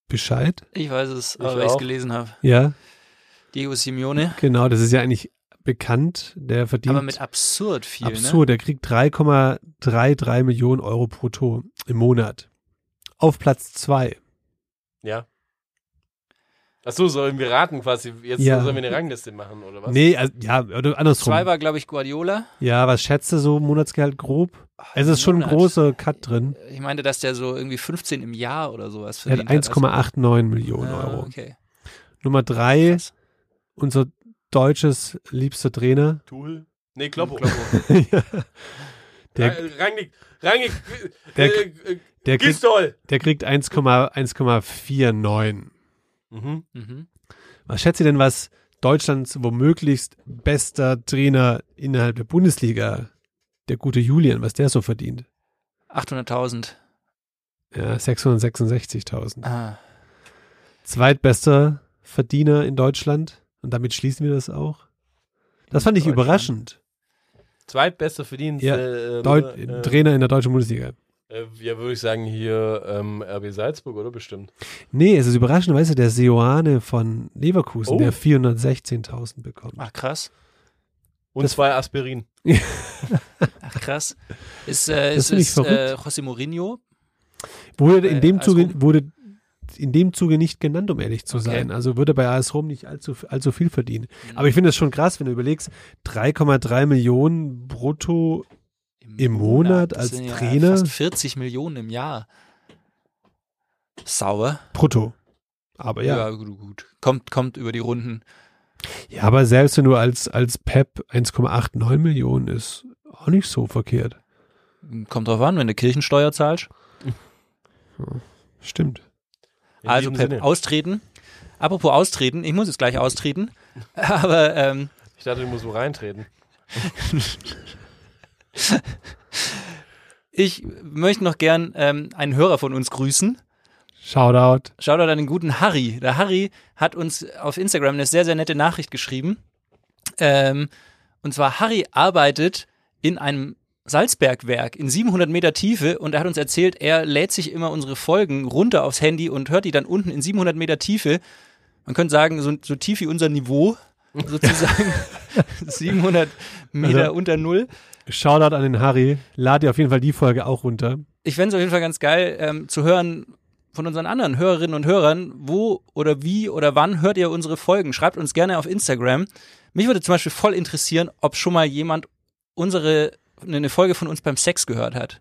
Speaker 6: Bescheid?
Speaker 7: Ich weiß es,
Speaker 2: Ich
Speaker 7: aber weil ich es
Speaker 2: auch.
Speaker 7: gelesen habe.
Speaker 6: Ja,
Speaker 7: Diego Simeone.
Speaker 6: genau, das ist ja eigentlich bekannt. Der verdient
Speaker 7: Aber mit ne? absurd viel,
Speaker 6: absurd. Der kriegt 3,33 Millionen Euro brutto im Monat. Auf Platz zwei.
Speaker 2: Ja. Ach so, sollen wir raten quasi? Jetzt
Speaker 6: Ja.
Speaker 2: sollen wir eine Rangliste machen oder was?
Speaker 6: Nee, also, ja,
Speaker 7: ne?
Speaker 6: oder
Speaker 7: Zwei
Speaker 6: andersrum.
Speaker 7: war, glaube ich, Guardiola.
Speaker 6: Ja, was schätzt du so Monatsgehalt grob? Es ist schon ein
Speaker 7: Monat.
Speaker 6: großer Cut drin.
Speaker 7: Ich meinte, dass der so irgendwie 15 im Jahr oder sowas
Speaker 6: Er hat
Speaker 7: verdient Also-
Speaker 6: 1,89 Millionen
Speaker 7: Ah,
Speaker 6: Euro.
Speaker 7: Okay.
Speaker 6: Nummer drei,
Speaker 7: Krass.
Speaker 6: unser deutsches liebster Trainer.
Speaker 2: Tool. Nee, Kloppo.
Speaker 6: der,
Speaker 7: Äh,
Speaker 2: Ra- Rangnick, Rangnick,
Speaker 6: Der-
Speaker 2: äh, äh,
Speaker 6: der, kriegt,
Speaker 2: Gistol.
Speaker 6: der kriegt 1,- 1,49.
Speaker 2: Mhm.
Speaker 7: Mhm.
Speaker 6: Was schätzt ihr denn, was Deutschlands womöglichst bester Trainer innerhalb der Bundesliga, der gute Julian, was der so verdient?
Speaker 7: 800.000.
Speaker 6: Ja, 666.000.
Speaker 7: Ah.
Speaker 6: Zweitbester Verdiener in Deutschland. Und damit schließen wir das auch. Das fand ich
Speaker 7: Deutschland.
Speaker 6: überraschend.
Speaker 2: Zweitbester Verdienst.
Speaker 6: Ja,
Speaker 2: äh, äh,
Speaker 6: Deut
Speaker 2: äh,
Speaker 6: Trainer in der deutschen Bundesliga.
Speaker 2: äh, ja, würde ich sagen, hier ähm, RB Salzburg, oder? Bestimmt.
Speaker 6: Nee, es ist überraschend, weißt du, der Seoane von Leverkusen,
Speaker 2: Oh.
Speaker 6: der 416.000 bekommt.
Speaker 7: Ach, krass.
Speaker 2: Und zwei Aspirin.
Speaker 7: Ach, krass. Ist, äh,
Speaker 6: Das
Speaker 7: ist,
Speaker 6: find ich
Speaker 7: ist
Speaker 6: verrückt.
Speaker 7: äh, José Mourinho?
Speaker 6: Wurde in
Speaker 7: Bei
Speaker 6: dem
Speaker 7: AS
Speaker 6: Zuge
Speaker 7: Rom?
Speaker 6: wurde in dem Zuge nicht genannt, um ehrlich zu
Speaker 7: Okay.
Speaker 6: sein. Also würde bei AS Rom nicht allzu, allzu viel verdienen. Aber ich finde das schon krass, wenn du überlegst, 3,3 Millionen brutto. Im Monat
Speaker 7: Das
Speaker 6: als
Speaker 7: sind
Speaker 6: Trainer?
Speaker 7: Ja fast 40 Millionen im Jahr. Sauer.
Speaker 6: Brutto. Aber ja. ja.
Speaker 7: gut, gut. Kommt, kommt über die Runden.
Speaker 6: aber selbst wenn du als, als Pep 1,89 Millionen ist, auch nicht so verkehrt.
Speaker 7: Kommt drauf an, wenn du Kirchensteuer zahlst.
Speaker 6: Stimmt.
Speaker 2: In
Speaker 7: also
Speaker 2: diesem
Speaker 7: Pep,
Speaker 2: Sinne.
Speaker 7: austreten. Apropos austreten, ich muss jetzt gleich austreten. Aber ähm,
Speaker 2: Ich dachte, du musst wo reintreten.
Speaker 7: ich möchte noch gern ähm, einen Hörer von uns grüßen.
Speaker 6: Shoutout.
Speaker 7: Shoutout an den guten Harry. Der Harry hat uns auf Instagram eine sehr, sehr nette Nachricht geschrieben. Ähm, und zwar, Harry arbeitet in einem Salzbergwerk in 700 Meter Tiefe und er hat uns erzählt, er lädt sich immer unsere Folgen runter aufs Handy und hört die dann unten in 700 Meter Tiefe. Man könnte sagen, so, so tief wie unser Niveau, sozusagen 700 Meter
Speaker 6: Also-
Speaker 7: unter Null.
Speaker 6: Shoutout an den Harry. Lad dir auf jeden Fall die Folge auch runter.
Speaker 7: Ich fände es auf jeden Fall ganz geil ähm, zu hören, von unseren anderen Hörerinnen und Hörern, wo oder wie oder wann hört ihr unsere Folgen? Schreibt uns gerne auf Instagram. Mich würde zum Beispiel voll interessieren, ob schon mal jemand unsere ne, eine Folge von uns beim Sex gehört hat.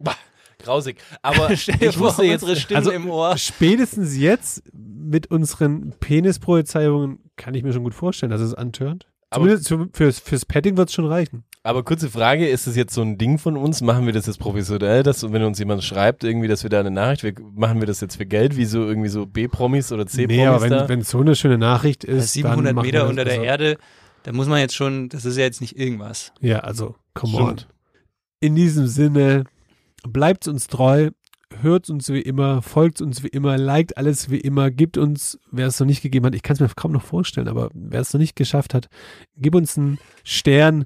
Speaker 2: Grausig. Aber ich wusste jetzt,
Speaker 7: unsere Stimmen
Speaker 6: also-
Speaker 7: im Ohr.
Speaker 6: Spätestens jetzt mit unseren Penisprojizierungen kann ich mir schon gut vorstellen, dass es antörnt.
Speaker 2: Aber-
Speaker 6: Zumindest für, fürs, fürs Padding wird es schon reichen.
Speaker 2: aber kurze Frage, ist das jetzt so ein Ding von uns? Machen wir das jetzt professionell, dass wenn uns jemand schreibt, irgendwie, dass wir da eine Nachricht, wir, machen wir das jetzt für Geld, wie so irgendwie so B-Promis oder C-Promis
Speaker 6: Nee, aber
Speaker 2: da?
Speaker 6: wenn, wenn so eine schöne Nachricht ist. dann
Speaker 7: 700
Speaker 6: machen wir
Speaker 7: Meter
Speaker 6: das
Speaker 7: unter der
Speaker 6: besser.
Speaker 7: Erde, da muss man jetzt schon, das ist ja jetzt nicht irgendwas.
Speaker 6: Ja, also, come
Speaker 2: Stimmt.
Speaker 6: on. In diesem Sinne, bleibt uns treu, hört uns wie immer, folgt uns wie immer, liked alles wie immer, gibt uns, wer es noch nicht gegeben hat, ich kann es mir kaum noch vorstellen, aber wer es noch nicht geschafft hat, gib uns einen Stern,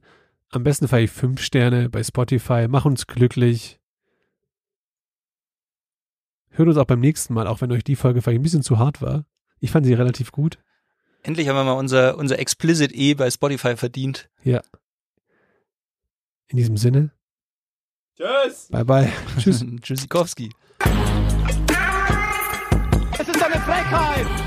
Speaker 6: am besten vielleicht fünf Sterne bei Spotify, mach uns glücklich. Hört uns auch beim nächsten Mal, auch wenn euch die Folge vielleicht ein bisschen zu hart war. Ich fand sie relativ gut.
Speaker 7: Endlich haben wir mal unser, unser Explicit E bei Spotify verdient.
Speaker 6: In diesem Sinne,
Speaker 1: Tschüss!
Speaker 6: bye bye. Tschüss.
Speaker 7: Tschüssikowski.
Speaker 3: Es ist eine Frechheit!